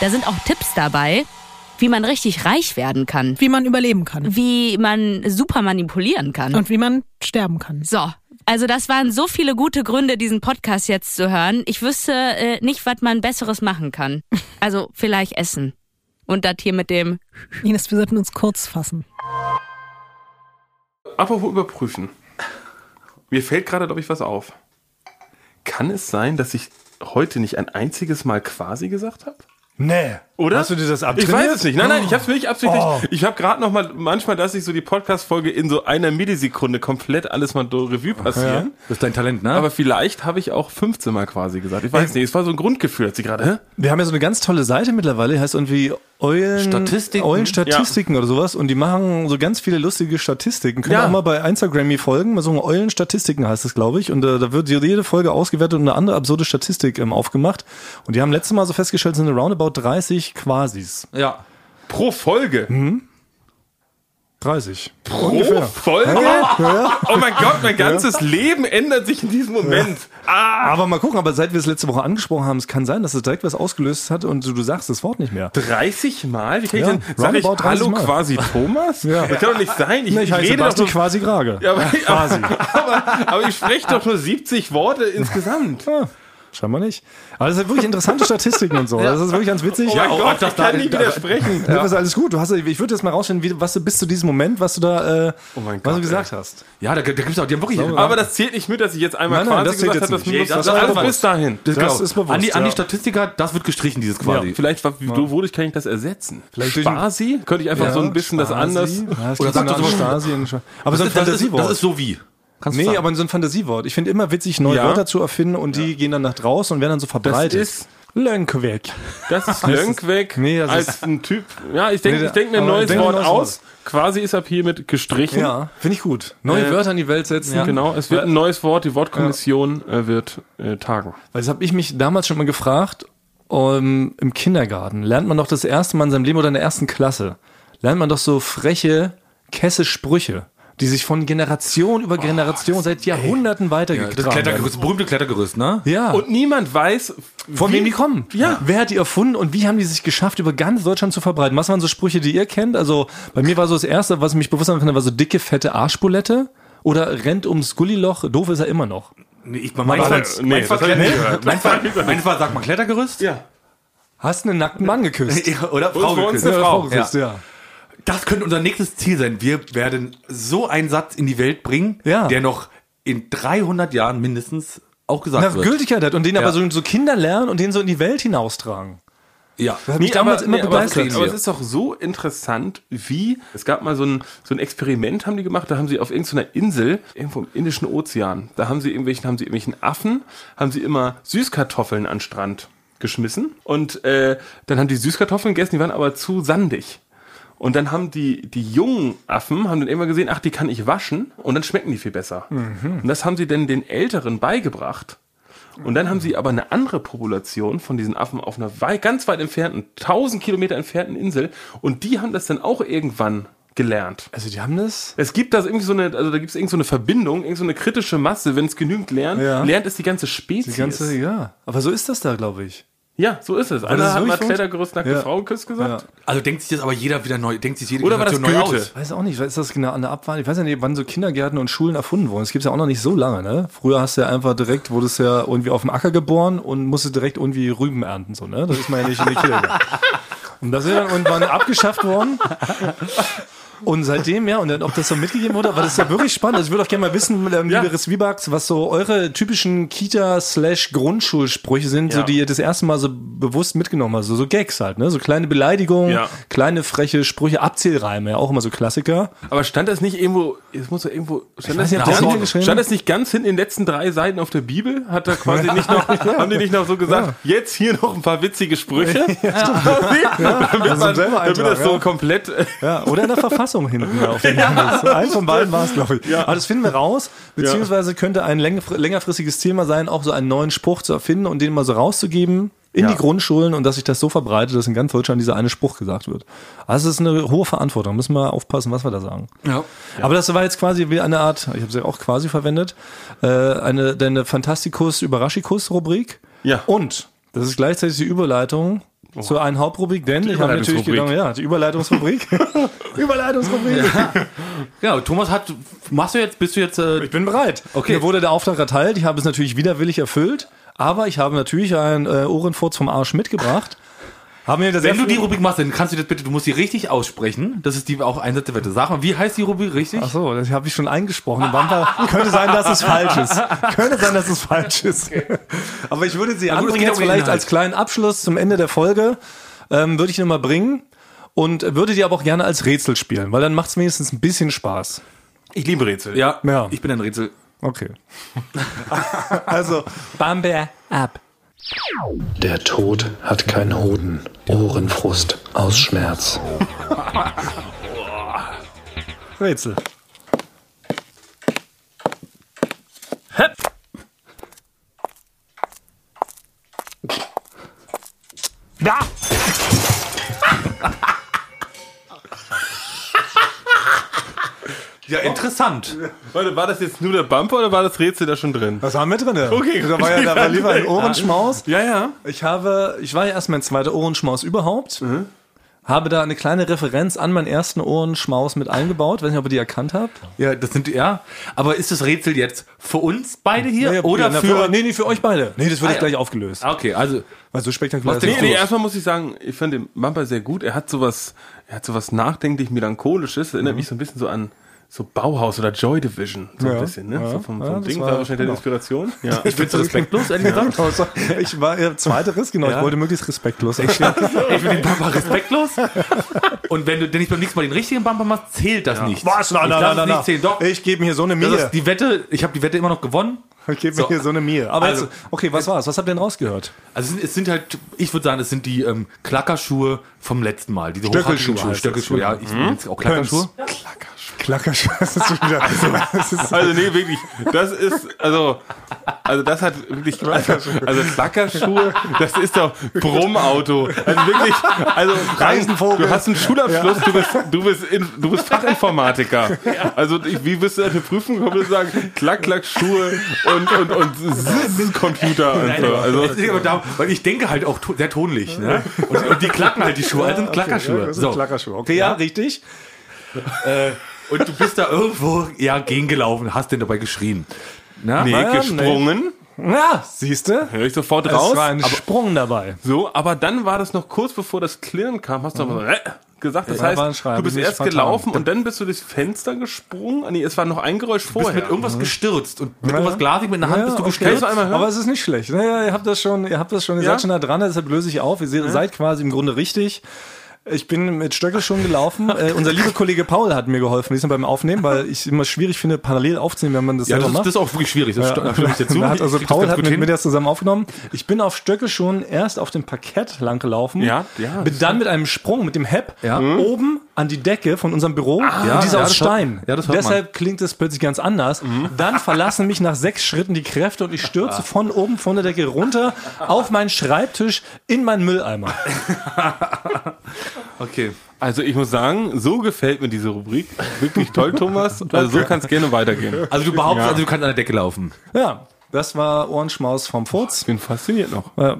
[SPEAKER 7] Da sind auch Tipps dabei, wie man richtig reich werden kann.
[SPEAKER 8] Wie man überleben kann.
[SPEAKER 7] Wie man super manipulieren kann.
[SPEAKER 8] Und wie man sterben kann.
[SPEAKER 7] So. Also das waren so viele gute Gründe, diesen Podcast jetzt zu hören. Ich wüsste äh, nicht, was man Besseres machen kann. Also vielleicht essen. Und das hier mit dem
[SPEAKER 8] Ines, wir sollten uns kurz fassen.
[SPEAKER 3] Apropos überprüfen. Mir fällt gerade, glaube ich, was auf. Kann es sein, dass ich heute nicht ein einziges Mal quasi gesagt habe?
[SPEAKER 2] Nee.
[SPEAKER 3] Oder?
[SPEAKER 2] Hast du dir das abtrainiert?
[SPEAKER 3] Ich weiß es nicht. Nein, nein, ich habe es wirklich absichtlich.
[SPEAKER 2] Oh.
[SPEAKER 3] Ich habe gerade noch mal manchmal, dass ich so die Podcast-Folge in so einer Millisekunde komplett alles mal durch Revue passieren.
[SPEAKER 1] Das ist dein Talent, ne?
[SPEAKER 3] Aber vielleicht habe ich auch 15 Mal quasi gesagt. Ich weiß nicht. Es war so ein Grundgefühl, als ich gerade. Hä?
[SPEAKER 2] Wir haben ja so eine ganz tolle Seite mittlerweile, die heißt irgendwie Eulen,
[SPEAKER 1] Statistiken.
[SPEAKER 2] Eulenstatistiken oder sowas und die machen so ganz viele lustige Statistiken. Können
[SPEAKER 3] Ja.
[SPEAKER 2] auch mal bei Instagram mir folgen, mal so Eulenstatistiken heißt das, glaube ich. Und äh, da wird jede Folge ausgewertet und eine andere absurde Statistik ähm, aufgemacht. Und die haben letztes Mal so festgestellt, es sind roundabout 30 Quasis.
[SPEAKER 1] ja.
[SPEAKER 3] Pro Folge.
[SPEAKER 2] 30.
[SPEAKER 3] Pro Folge? Oh mein Gott, mein ganzes Leben ändert sich in diesem Moment.
[SPEAKER 2] Aber mal gucken, aber seit wir es letzte Woche angesprochen haben, es kann sein, dass es direkt was ausgelöst hat und du, du sagst das Wort nicht mehr.
[SPEAKER 3] 30 Mal? Wie kann ich
[SPEAKER 2] Ja,
[SPEAKER 3] denn, sag ich
[SPEAKER 2] roundabout 30
[SPEAKER 3] Hallo
[SPEAKER 2] Mal.
[SPEAKER 3] quasi Thomas?
[SPEAKER 2] Ja.
[SPEAKER 3] Das kann doch nicht sein. Ich, ich rede doch
[SPEAKER 2] Sebastian
[SPEAKER 3] nur
[SPEAKER 2] quasi Grage.
[SPEAKER 3] Ja, aber, aber, aber ich spreche doch nur 70 Worte insgesamt.
[SPEAKER 2] Ja, scheinbar nicht. Aber das sind wirklich interessante Statistiken und so. Das ist wirklich ganz witzig.
[SPEAKER 3] Oh mein
[SPEAKER 2] Ja,
[SPEAKER 3] Gott, ich kann nie
[SPEAKER 2] Ja,
[SPEAKER 3] widersprechen.
[SPEAKER 2] Das ist alles gut. Du hast, ich würde jetzt mal rausfinden, wie, was du bis zu diesem Moment, was du da äh,
[SPEAKER 3] mein
[SPEAKER 2] was
[SPEAKER 3] Gott,
[SPEAKER 2] du gesagt hast.
[SPEAKER 1] Ja, da, da gibt's auch, die haben wirklich.
[SPEAKER 3] Aber das zählt nicht mit, dass ich jetzt einmal
[SPEAKER 2] Nein, nein,
[SPEAKER 3] quasi
[SPEAKER 2] das zählt
[SPEAKER 3] gesagt habe,
[SPEAKER 2] jetzt nicht.
[SPEAKER 3] dass wir
[SPEAKER 2] Nee, das
[SPEAKER 3] das,
[SPEAKER 2] ist
[SPEAKER 3] also
[SPEAKER 2] bewusst.
[SPEAKER 3] bis dahin.
[SPEAKER 1] das,
[SPEAKER 2] das
[SPEAKER 1] genau.
[SPEAKER 2] ist bewusst,
[SPEAKER 1] An die, an die
[SPEAKER 2] ja.
[SPEAKER 1] Statistiker, das wird gestrichen, dieses quasi.
[SPEAKER 3] Vielleicht war, ja. wurde ich, kann ich das ersetzen. Vielleicht
[SPEAKER 2] durch-
[SPEAKER 3] Spasi? Könnte ich einfach so ein bisschen das anders.
[SPEAKER 2] Oder
[SPEAKER 1] sagst
[SPEAKER 2] sagst
[SPEAKER 1] du
[SPEAKER 2] du
[SPEAKER 1] so-
[SPEAKER 2] Stasi in Aber so ein
[SPEAKER 1] das, das, ist, das ist
[SPEAKER 2] Fantasiewort.
[SPEAKER 1] so wie. Kannst du
[SPEAKER 2] Nee,
[SPEAKER 1] sagen.
[SPEAKER 2] aber so ein Fantasiewort. Ich finde immer witzig, neue
[SPEAKER 3] Ja.
[SPEAKER 2] Wörter zu erfinden und die gehen dann nach draußen und werden dann so verbreitet.
[SPEAKER 3] ist-
[SPEAKER 2] Lönk weg.
[SPEAKER 3] Das ist Lönk weg
[SPEAKER 2] Nee, das
[SPEAKER 3] als
[SPEAKER 2] ist-
[SPEAKER 3] ein Typ. Ja, ich denke
[SPEAKER 2] Nee,
[SPEAKER 3] ich denk mir ein
[SPEAKER 2] aber
[SPEAKER 3] neues
[SPEAKER 2] denk mir
[SPEAKER 3] Wort
[SPEAKER 2] ein neues
[SPEAKER 3] aus. Quasi ist ab hier mit gestrichen.
[SPEAKER 2] Ja, finde ich gut. Neue
[SPEAKER 3] Äh,
[SPEAKER 2] Wörter in die Welt setzen.
[SPEAKER 3] Genau, es wird ein neues Wort, die Wortkommission äh, wird äh, tagen.
[SPEAKER 2] Weil das habe ich mich damals schon mal gefragt, ähm, im Kindergarten lernt man doch das erste Mal in seinem Leben oder in der ersten Klasse, lernt man doch so freche, kesse Sprüche, die sich von Generation über Generation seit Jahrhunderten
[SPEAKER 1] das
[SPEAKER 2] weitergetragen werden.
[SPEAKER 1] Klettergerüst, berühmte Klettergerüst, ne?
[SPEAKER 2] Ja,
[SPEAKER 3] Und niemand weiß,
[SPEAKER 2] von
[SPEAKER 3] wie-
[SPEAKER 2] wem die kommen.
[SPEAKER 3] Ja.
[SPEAKER 2] Wer hat die erfunden und wie haben die sich geschafft, über ganz Deutschland zu verbreiten? Was waren so Sprüche, die ihr kennt? Also bei mir war so das Erste, was ich mich bewusst anfand, war so dicke, fette Arschbulette. Oder rennt ums Gulliloch, doof ist er immer noch.
[SPEAKER 1] Nee, ich, mein, meins
[SPEAKER 3] Warte,
[SPEAKER 1] war,
[SPEAKER 3] nee,
[SPEAKER 1] meins war,
[SPEAKER 3] das hab ich nicht
[SPEAKER 1] Kletter-
[SPEAKER 3] gehört.
[SPEAKER 1] meins war, meins war, sag mal, Klettergerüst?
[SPEAKER 3] Ja.
[SPEAKER 2] Hast einen nackten Mann geküsst.
[SPEAKER 1] Ja, Oder Frau
[SPEAKER 3] für uns
[SPEAKER 1] geküsst.
[SPEAKER 3] eine
[SPEAKER 1] Ja,
[SPEAKER 3] Frau.
[SPEAKER 2] geküsst, ja.
[SPEAKER 1] Das könnte unser nächstes Ziel sein. Wir werden so einen Satz in die Welt bringen,
[SPEAKER 2] Ja.
[SPEAKER 1] der noch in 300 Jahren mindestens auch gesagt
[SPEAKER 2] Nach
[SPEAKER 1] wird.
[SPEAKER 2] Gültigkeit hat und den aber
[SPEAKER 1] Ja.
[SPEAKER 2] so, so Kinder lernen und den so in die Welt hinaustragen.
[SPEAKER 1] Ja.
[SPEAKER 2] Das hat mich damals immer
[SPEAKER 3] aber,
[SPEAKER 2] begeistert.
[SPEAKER 3] aber es ist doch so interessant, wie es gab mal so ein, so ein Experiment, haben die gemacht, da haben sie auf irgendeiner Insel, irgendwo im Indischen Ozean, da haben sie irgendwelchen, haben sie irgendwelchen Affen, haben sie immer Süßkartoffeln an den Strand geschmissen und äh, dann haben die Süßkartoffeln gegessen, die waren aber zu sandig. Und dann haben die, die jungen Affen haben dann immer gesehen, ach, die kann ich waschen und dann schmecken die viel besser.
[SPEAKER 2] Mhm.
[SPEAKER 3] Und das haben sie dann den Älteren beigebracht. Und dann haben sie aber eine andere Population von diesen Affen auf einer wei ganz weit entfernten, 1000 Kilometer entfernten Insel und die haben das dann auch irgendwann gelernt.
[SPEAKER 2] also die haben das.
[SPEAKER 3] Es gibt da irgendwie so eine, also da gibt es irgend so eine Verbindung, irgend so eine kritische Masse, wenn es genügend lernt,
[SPEAKER 2] Ja.
[SPEAKER 3] lernt es die ganze Spezies.
[SPEAKER 2] Die ganze, ja. Aber so ist das da, glaube ich.
[SPEAKER 3] ja, so ist es. Einer
[SPEAKER 2] das
[SPEAKER 3] hat
[SPEAKER 2] wirklich
[SPEAKER 3] mal
[SPEAKER 2] funktioniert?
[SPEAKER 3] Klettergerüst nackte
[SPEAKER 2] Ja.
[SPEAKER 3] Frau geküsst gesagt.
[SPEAKER 1] Also denkt sich das aber jeder wieder neu, denkt sich jede
[SPEAKER 3] Oder war das
[SPEAKER 1] neu
[SPEAKER 3] Goethe?
[SPEAKER 1] aus.
[SPEAKER 2] Weiß auch nicht, was ist das genau an der Abwahl? Ich weiß ja nicht, wann so Kindergärten und Schulen erfunden wurden. Das gibt es ja auch noch nicht so lange, ne? Früher hast du ja einfach direkt, wurdest ja irgendwie auf dem Acker geboren und musstest direkt irgendwie Rüben ernten, so, ne? Das ist man ja nicht in der Kindergarten. Und das ist dann irgendwann abgeschafft worden. Und seitdem, ja, und dann, ob das so mitgegeben wurde, aber das ist ja wirklich spannend. Also ich würde auch gerne mal wissen, ähm,
[SPEAKER 3] Ja.
[SPEAKER 2] liebe Rewiebachs, was so eure typischen Kita-slash-Grundschulsprüche sind, so
[SPEAKER 3] Ja.
[SPEAKER 2] die ihr das erste Mal so bewusst mitgenommen habt. So, so Gags halt, ne? So kleine Beleidigungen,
[SPEAKER 3] Ja.
[SPEAKER 2] kleine freche Sprüche, Abzählreime, ja, auch immer so Klassiker.
[SPEAKER 3] Aber stand das nicht irgendwo, es muss doch irgendwo, stand
[SPEAKER 2] weiß
[SPEAKER 3] das,
[SPEAKER 2] nicht,
[SPEAKER 3] nicht
[SPEAKER 2] ob das hier
[SPEAKER 3] ganz,
[SPEAKER 2] geschrieben-
[SPEAKER 3] stand das nicht ganz hinten in den letzten drei Seiten auf der Bibel? Hat er quasi nicht noch, haben die nicht noch so gesagt, jetzt hier noch ein paar witzige Sprüche? damit,
[SPEAKER 2] selber
[SPEAKER 3] man, damit
[SPEAKER 2] Eintrag,
[SPEAKER 3] das so
[SPEAKER 2] ja.
[SPEAKER 3] komplett,
[SPEAKER 2] Ja, oder in der Verfassung hinten ja, auf dem Hinweis. Eins von beiden war es, glaube ich. Aber das finden wir raus, beziehungsweise könnte ein länger- längerfristiges Thema sein, auch so einen neuen Spruch zu erfinden und den mal so rauszugeben in
[SPEAKER 3] Ja.
[SPEAKER 2] die Grundschulen und dass sich das so verbreitet, dass in ganz Deutschland dieser eine Spruch gesagt wird. Also es ist eine hohe Verantwortung, müssen wir aufpassen, was wir da sagen.
[SPEAKER 1] Ja.
[SPEAKER 2] Aber das war jetzt quasi wie eine Art, ich habe sie auch quasi verwendet, äh, eine deine Fantastikus Überraschikus Rubrik.
[SPEAKER 3] Ja. Oh.
[SPEAKER 2] Und das ist gleichzeitig die Überleitung zu einer Hauptrubrik, denn ich habe natürlich
[SPEAKER 3] Überleitungsrubrik.
[SPEAKER 2] gedacht, ja, die Überleitungsrubrik. Überleitungsrubrik.
[SPEAKER 1] Ja, Genau, Thomas hat, machst du jetzt, bist du jetzt, äh,
[SPEAKER 2] Ich bin bereit.
[SPEAKER 1] Okay.
[SPEAKER 2] Mir wurde der Auftrag erteilt, ich habe es natürlich widerwillig erfüllt, aber ich habe natürlich einen äh, Ohrenfurz vom Arsch mitgebracht. Haben wir das
[SPEAKER 1] wenn du die Rubrik machst, dann kannst du das bitte, du musst die richtig aussprechen. Das ist die auch Einsatzwette. Sag mal, wie heißt die Rubrik richtig?
[SPEAKER 2] Ach so, das habe ich schon eingesprochen. Im Bumper könnte sein, dass es falsch ist. Könnte sein, dass es falsch ist. Aber ich würde
[SPEAKER 1] gut,
[SPEAKER 2] sie
[SPEAKER 1] es
[SPEAKER 2] anbringen
[SPEAKER 1] geht um
[SPEAKER 2] jetzt
[SPEAKER 1] den
[SPEAKER 2] vielleicht
[SPEAKER 1] Inhalt.
[SPEAKER 2] als kleinen Abschluss zum Ende der Folge. Ähm, würde ich nochmal bringen und würde die aber auch gerne als Rätsel spielen, weil dann macht es wenigstens ein bisschen Spaß.
[SPEAKER 3] ich liebe Rätsel.
[SPEAKER 1] Ja,
[SPEAKER 2] Ja.
[SPEAKER 1] ich bin ein Rätsel.
[SPEAKER 2] Okay. also, Bumper ab.
[SPEAKER 9] Der Tod hat keinen Hoden. Ohrenfrust aus Schmerz.
[SPEAKER 2] Rätsel.
[SPEAKER 1] Ja, interessant.
[SPEAKER 3] Warte, war das jetzt nur der Bumper oder war das Rätsel da schon drin?
[SPEAKER 2] Was haben wir drin?
[SPEAKER 3] Okay,
[SPEAKER 2] da war, ja, da war lieber ein Ohrenschmaus.
[SPEAKER 3] Ja, ja.
[SPEAKER 2] Ich habe, ich war ja erst mein zweiter Ohrenschmaus überhaupt. Habe da eine kleine Referenz an meinen ersten Ohrenschmaus mit eingebaut. Weiß nicht, ob ihr die erkannt habt.
[SPEAKER 1] Ja, das sind ja. Aber ist das Rätsel jetzt für uns beide hier
[SPEAKER 2] Ja,
[SPEAKER 1] oder
[SPEAKER 2] na,
[SPEAKER 1] für?
[SPEAKER 2] Nee, nee, für euch beide. Nee, das wird jetzt gleich aufgelöst.
[SPEAKER 1] Ah, Okay, also
[SPEAKER 2] Weil so spektakulär
[SPEAKER 1] Was
[SPEAKER 2] ist
[SPEAKER 1] denkst
[SPEAKER 3] Nee,
[SPEAKER 2] das
[SPEAKER 3] nee,
[SPEAKER 2] nicht.
[SPEAKER 3] erstmal muss ich sagen, ich fand den Bumper sehr gut. Er hat sowas, er hat sowas nachdenklich melancholisches,
[SPEAKER 2] Mhm.
[SPEAKER 3] erinnert mich so ein bisschen so an so Bauhaus oder Joy Division, so ein
[SPEAKER 2] Ja,
[SPEAKER 3] bisschen, ne?
[SPEAKER 2] ja,
[SPEAKER 3] so vom,
[SPEAKER 2] ja,
[SPEAKER 3] vom
[SPEAKER 2] das
[SPEAKER 3] Ding
[SPEAKER 2] war-
[SPEAKER 3] war, wahrscheinlich
[SPEAKER 2] genau.
[SPEAKER 3] deine Inspiration. Ja.
[SPEAKER 1] ich finde es respektlos, ehrlich gesagt.
[SPEAKER 2] Also, ich war ihr zweiteres, genau. Ich wollte möglichst respektlos erklären.
[SPEAKER 1] Ich finde den Bumper respektlos. Und wenn du denn nicht beim nächsten Mal den richtigen Bumper machst, zählt das nicht.
[SPEAKER 2] Nein,
[SPEAKER 1] Ich
[SPEAKER 2] nein,
[SPEAKER 1] lass
[SPEAKER 2] nein,
[SPEAKER 1] es
[SPEAKER 2] nein.
[SPEAKER 1] nicht zählen. Doch,
[SPEAKER 2] Ich gebe mir so eine
[SPEAKER 1] das
[SPEAKER 2] Mühe.
[SPEAKER 1] ist die Wette, ich habe die Wette immer noch gewonnen.
[SPEAKER 2] Ich gebe
[SPEAKER 1] So.
[SPEAKER 2] mir so eine Mühe. Aber
[SPEAKER 1] Also-
[SPEAKER 2] jetzt, okay, was war's? Was habt ihr denn rausgehört?
[SPEAKER 1] Also es sind, es sind halt, ich würde sagen, es sind die ähm, Klackerschuhe vom letzten Mal. Diese
[SPEAKER 2] Stöckelschuhe
[SPEAKER 1] hochhackigen Schuhe,
[SPEAKER 2] heißt
[SPEAKER 1] Stöckelschuhe,
[SPEAKER 2] das, Mhm.
[SPEAKER 1] ja. Ich bin jetzt auch Klackerschuhe.
[SPEAKER 2] Klackerschuhe. Das ist wieder. Das ist
[SPEAKER 3] Also nee, wirklich, das ist, also, also das hat wirklich, also, also Klackerschuhe, das ist doch Brummauto. Also wirklich, also
[SPEAKER 2] Reisenvogel.
[SPEAKER 3] du hast einen Schulabschluss, du bist, du bist, in, du bist Fachinformatiker. Also ich, wie bist du da eine Prüfung gekommen und sagen, Klack, Klack, Schuhe und, und, und Zzz, Computer und so. Also,
[SPEAKER 1] Es geht aber darum, weil ich denke halt auch to sehr tonlich. Ne? Und, und die klacken halt die Schuhe, also sind Klackerschuhe.
[SPEAKER 2] das ist
[SPEAKER 1] so. Äh,
[SPEAKER 2] Klackerschuhe. Okay, ja, richtig.
[SPEAKER 1] Und du bist da irgendwo ja, gegengelaufen, hast den dabei geschrien. Na?
[SPEAKER 3] nee,
[SPEAKER 2] ja, nee.
[SPEAKER 3] gesprungen,
[SPEAKER 2] Na, siehst du?
[SPEAKER 3] höre ich sofort
[SPEAKER 2] Es
[SPEAKER 3] raus.
[SPEAKER 2] war ein Sprung dabei.
[SPEAKER 3] So, aber dann war das noch kurz bevor das Klirren kam, hast du
[SPEAKER 1] Mhm.
[SPEAKER 3] aber so, äh, gesagt. Das
[SPEAKER 2] Ja, war ein
[SPEAKER 3] heißt,
[SPEAKER 2] Schrei,
[SPEAKER 3] du bist
[SPEAKER 2] nicht
[SPEAKER 3] erst
[SPEAKER 2] spontan.
[SPEAKER 3] gelaufen und dann bist du durchs Fenster gesprungen. Ah, Nee, es war noch ein Geräusch
[SPEAKER 1] Du bist
[SPEAKER 3] vorher.
[SPEAKER 1] mit irgendwas gestürzt und mit irgendwas glasig mit einer Hand bist du
[SPEAKER 2] Mhm. okay.
[SPEAKER 1] gestürzt.
[SPEAKER 3] einmal hören?
[SPEAKER 2] Aber es ist nicht schlecht. Naja, ihr habt das schon, ihr habt das schon, ihr
[SPEAKER 3] Ja?
[SPEAKER 2] seid schon da dran, deshalb löse ich auf. Ihr seht, seid quasi im Grunde richtig. Ich bin mit Stöckelschuhen gelaufen. äh, unser lieber Kollege Paul hat mir geholfen, diesmal beim Aufnehmen, weil ich immer schwierig finde, parallel aufzunehmen, wenn man das
[SPEAKER 1] Ja,
[SPEAKER 2] selber
[SPEAKER 1] das, ist-
[SPEAKER 2] macht.
[SPEAKER 1] das ist auch wirklich schwierig, das ja. stimme ich dir zu.
[SPEAKER 2] Da hat also
[SPEAKER 1] Ich krieg das
[SPEAKER 2] Paul
[SPEAKER 1] ganz
[SPEAKER 2] hat
[SPEAKER 1] gut
[SPEAKER 2] mit
[SPEAKER 1] hin.
[SPEAKER 2] mir das zusammen aufgenommen. Ich bin auf Stöckelschuhen erst auf dem Parkett langgelaufen.
[SPEAKER 3] Ja, ja.
[SPEAKER 2] Bin dann mit einem Sprung, mit dem Hepp, Mhm. oben an die Decke von unserem Büro.
[SPEAKER 1] Ah, ja,
[SPEAKER 2] und die ist
[SPEAKER 1] ja,
[SPEAKER 2] aus
[SPEAKER 1] das hört-
[SPEAKER 2] Stein.
[SPEAKER 1] ja, das hört Mhm.
[SPEAKER 2] Deshalb klingt es plötzlich ganz anders. Dann verlassen mich nach sechs Schritten die Kräfte und ich stürze von oben von der Decke runter auf meinen Schreibtisch in meinen Mülleimer.
[SPEAKER 1] Okay.
[SPEAKER 3] also ich muss sagen, so gefällt mir diese Rubrik. Wirklich toll, Thomas. Also so kann es gerne weitergehen.
[SPEAKER 1] Also du behauptest, also du kannst an der Decke laufen.
[SPEAKER 2] Ja, das war Ohrenschmaus vom Furz.
[SPEAKER 3] Ich bin fasziniert noch.
[SPEAKER 2] Ja.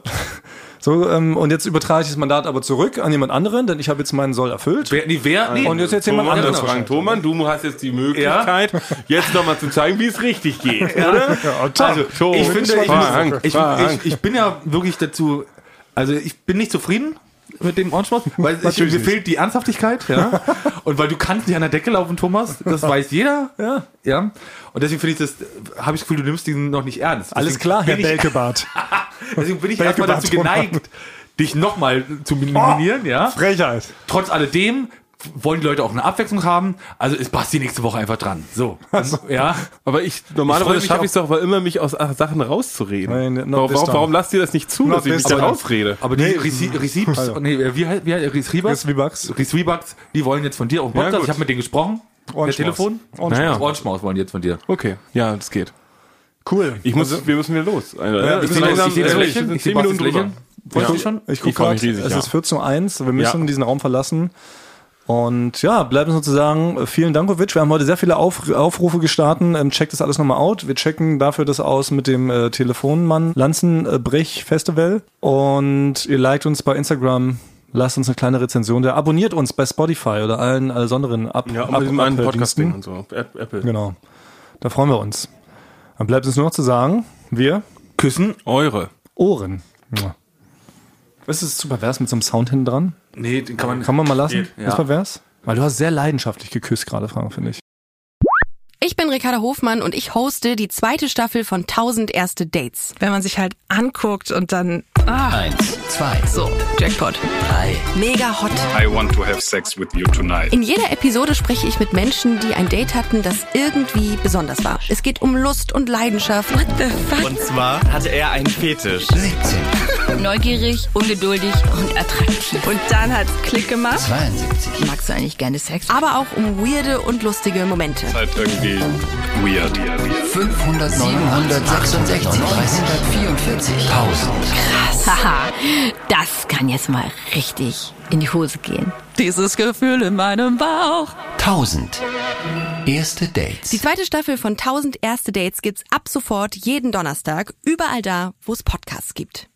[SPEAKER 2] So, ähm, und jetzt übertrage ich das Mandat aber zurück an jemand anderen, denn ich habe jetzt meinen Soll erfüllt.
[SPEAKER 1] Wer, nee, wer, nee.
[SPEAKER 2] Und jetzt jetzt jemand
[SPEAKER 3] Thomas,
[SPEAKER 2] anderes.
[SPEAKER 3] das Frank Thomann, du hast jetzt die Möglichkeit, jetzt nochmal zu zeigen, wie es richtig geht, oder?
[SPEAKER 1] also,
[SPEAKER 3] Thomas,
[SPEAKER 1] ich finde, ich,
[SPEAKER 3] Frank,
[SPEAKER 1] ich,
[SPEAKER 3] Frank.
[SPEAKER 1] ich, ich bin ja wirklich dazu, also ich bin nicht zufrieden mit dem Ohrenschmaus, weil ich, mir
[SPEAKER 2] Natürlich nicht.
[SPEAKER 1] fehlt die Ernsthaftigkeit, ja. Und weil du kannst nicht an der Decke laufen, Thomas, das weiß jeder,
[SPEAKER 2] Ja.
[SPEAKER 1] ja. Und deswegen finde ich das, habe ich das Gefühl, du nimmst diesen noch nicht ernst.
[SPEAKER 2] Alles
[SPEAKER 1] deswegen
[SPEAKER 2] klar, Herr
[SPEAKER 1] bin ich,
[SPEAKER 2] Belkebart.
[SPEAKER 1] Deswegen bin ich erstmal dazu
[SPEAKER 2] Belkebart, Thomas.
[SPEAKER 1] geneigt, dich nochmal zu nominieren, ja.
[SPEAKER 2] Frechheit.
[SPEAKER 1] Trotz alledem wollen die Leute auch eine Abwechslung haben, also ist Basti nächste Woche einfach dran, so,
[SPEAKER 2] Also.
[SPEAKER 1] ja.
[SPEAKER 3] Aber ich,
[SPEAKER 1] Ich freu
[SPEAKER 3] normalerweise
[SPEAKER 1] mich
[SPEAKER 3] schaffe
[SPEAKER 1] auf-
[SPEAKER 3] ich es doch aber immer, mich aus ach, Sachen rauszureden.
[SPEAKER 2] Nein, not
[SPEAKER 3] warum,
[SPEAKER 2] this
[SPEAKER 3] warum,
[SPEAKER 2] time.
[SPEAKER 3] warum lasst ihr das nicht zu,
[SPEAKER 2] Not
[SPEAKER 3] dass ich mich
[SPEAKER 2] this
[SPEAKER 3] da
[SPEAKER 2] time.
[SPEAKER 3] rausrede?
[SPEAKER 1] Aber die Rece- Receips,
[SPEAKER 2] Also.
[SPEAKER 1] nee, wie heißt, wie heißt Receivax?
[SPEAKER 2] Receivax.
[SPEAKER 1] Receivax, die wollen jetzt von dir auf dem
[SPEAKER 3] Ja,
[SPEAKER 1] Podcast.
[SPEAKER 3] gut.
[SPEAKER 1] ich habe mit denen gesprochen. Per
[SPEAKER 2] Ohrenschmaus.
[SPEAKER 1] Telefon.
[SPEAKER 2] Ohrenschmaus.
[SPEAKER 1] Naja. Ohrenschmaus wollen jetzt von dir.
[SPEAKER 3] Okay, ja, das geht.
[SPEAKER 2] Cool.
[SPEAKER 3] Ich muss, wir müssen wieder los. Äh,
[SPEAKER 2] wir müssen langsam-
[SPEAKER 1] ich sehe das
[SPEAKER 3] ehrlich,
[SPEAKER 1] Lächeln,
[SPEAKER 3] sind
[SPEAKER 1] ich sehe
[SPEAKER 3] zehn Minuten
[SPEAKER 1] Bastis Lächeln.
[SPEAKER 3] drüber.
[SPEAKER 1] Freust
[SPEAKER 3] Ja.
[SPEAKER 1] du dich schon?
[SPEAKER 2] Ich
[SPEAKER 3] Ich
[SPEAKER 2] gucke
[SPEAKER 3] freu
[SPEAKER 2] gerade,
[SPEAKER 3] mich riesig,
[SPEAKER 2] es
[SPEAKER 3] ja.
[SPEAKER 2] ist 4 zu 1, wir müssen
[SPEAKER 3] Ja.
[SPEAKER 2] diesen Raum verlassen. Und ja, bleibt uns nur zu sagen, äh, vielen Dankovic. Wir haben heute sehr viele Auf Aufrufe gestartet. Ähm, checkt das alles nochmal out. Wir checken dafür das aus mit dem äh, Telefonmann Lanzenbrech Festival. Und ihr liked uns bei Instagram, lasst uns eine kleine Rezension da. Abonniert uns bei Spotify oder allen äh, anderen Ab
[SPEAKER 3] Ja,
[SPEAKER 2] Ab-
[SPEAKER 3] aber diesem einen
[SPEAKER 2] Abhördiensten.
[SPEAKER 3] Podcast-Ding und so. App- Apple.
[SPEAKER 2] Genau. Da freuen wir uns. Dann bleibt uns nur noch zu sagen, wir
[SPEAKER 1] Küssen?
[SPEAKER 3] Eure.
[SPEAKER 2] Ohren. Mua. Ist es zu pervers mit so einem Sound hinten dran?
[SPEAKER 1] Nee, den kann man.
[SPEAKER 2] Kann man mal lassen?
[SPEAKER 1] Geht, ja.
[SPEAKER 2] Ist pervers? Weil du hast sehr leidenschaftlich geküsst gerade, Frank, finde ich.
[SPEAKER 10] Ich bin Ricarda Hofmann und ich hoste die zweite Staffel von 1000 erste Dates.
[SPEAKER 8] Wenn man sich halt anguckt und dann. Ah,
[SPEAKER 4] Eins, zwei,
[SPEAKER 10] So, Jackpot.
[SPEAKER 4] drei.
[SPEAKER 10] Mega hot.
[SPEAKER 11] I want to have sex with you tonight.
[SPEAKER 10] In jeder Episode spreche ich mit Menschen, die ein Date hatten, das irgendwie besonders war. Es geht um Lust und Leidenschaft. What the fuck?
[SPEAKER 4] Und zwar hatte er einen Fetisch. 17,
[SPEAKER 10] Neugierig, ungeduldig und attraktiv. Und
[SPEAKER 8] dann hat's Klick gemacht.
[SPEAKER 4] 72.
[SPEAKER 10] magst du eigentlich gerne Sex? Aber auch um weirde und lustige Momente.
[SPEAKER 11] Halt irgendwie weird.
[SPEAKER 4] 500, 766, 344, 1000.
[SPEAKER 7] yes. Haha, das kann jetzt mal richtig in die Hose gehen. Dieses Gefühl in meinem Bauch.
[SPEAKER 4] 1000 erste Dates.
[SPEAKER 10] Die zweite Staffel von 1000 erste Dates gibt's ab sofort jeden Donnerstag überall da, wo es Podcasts gibt.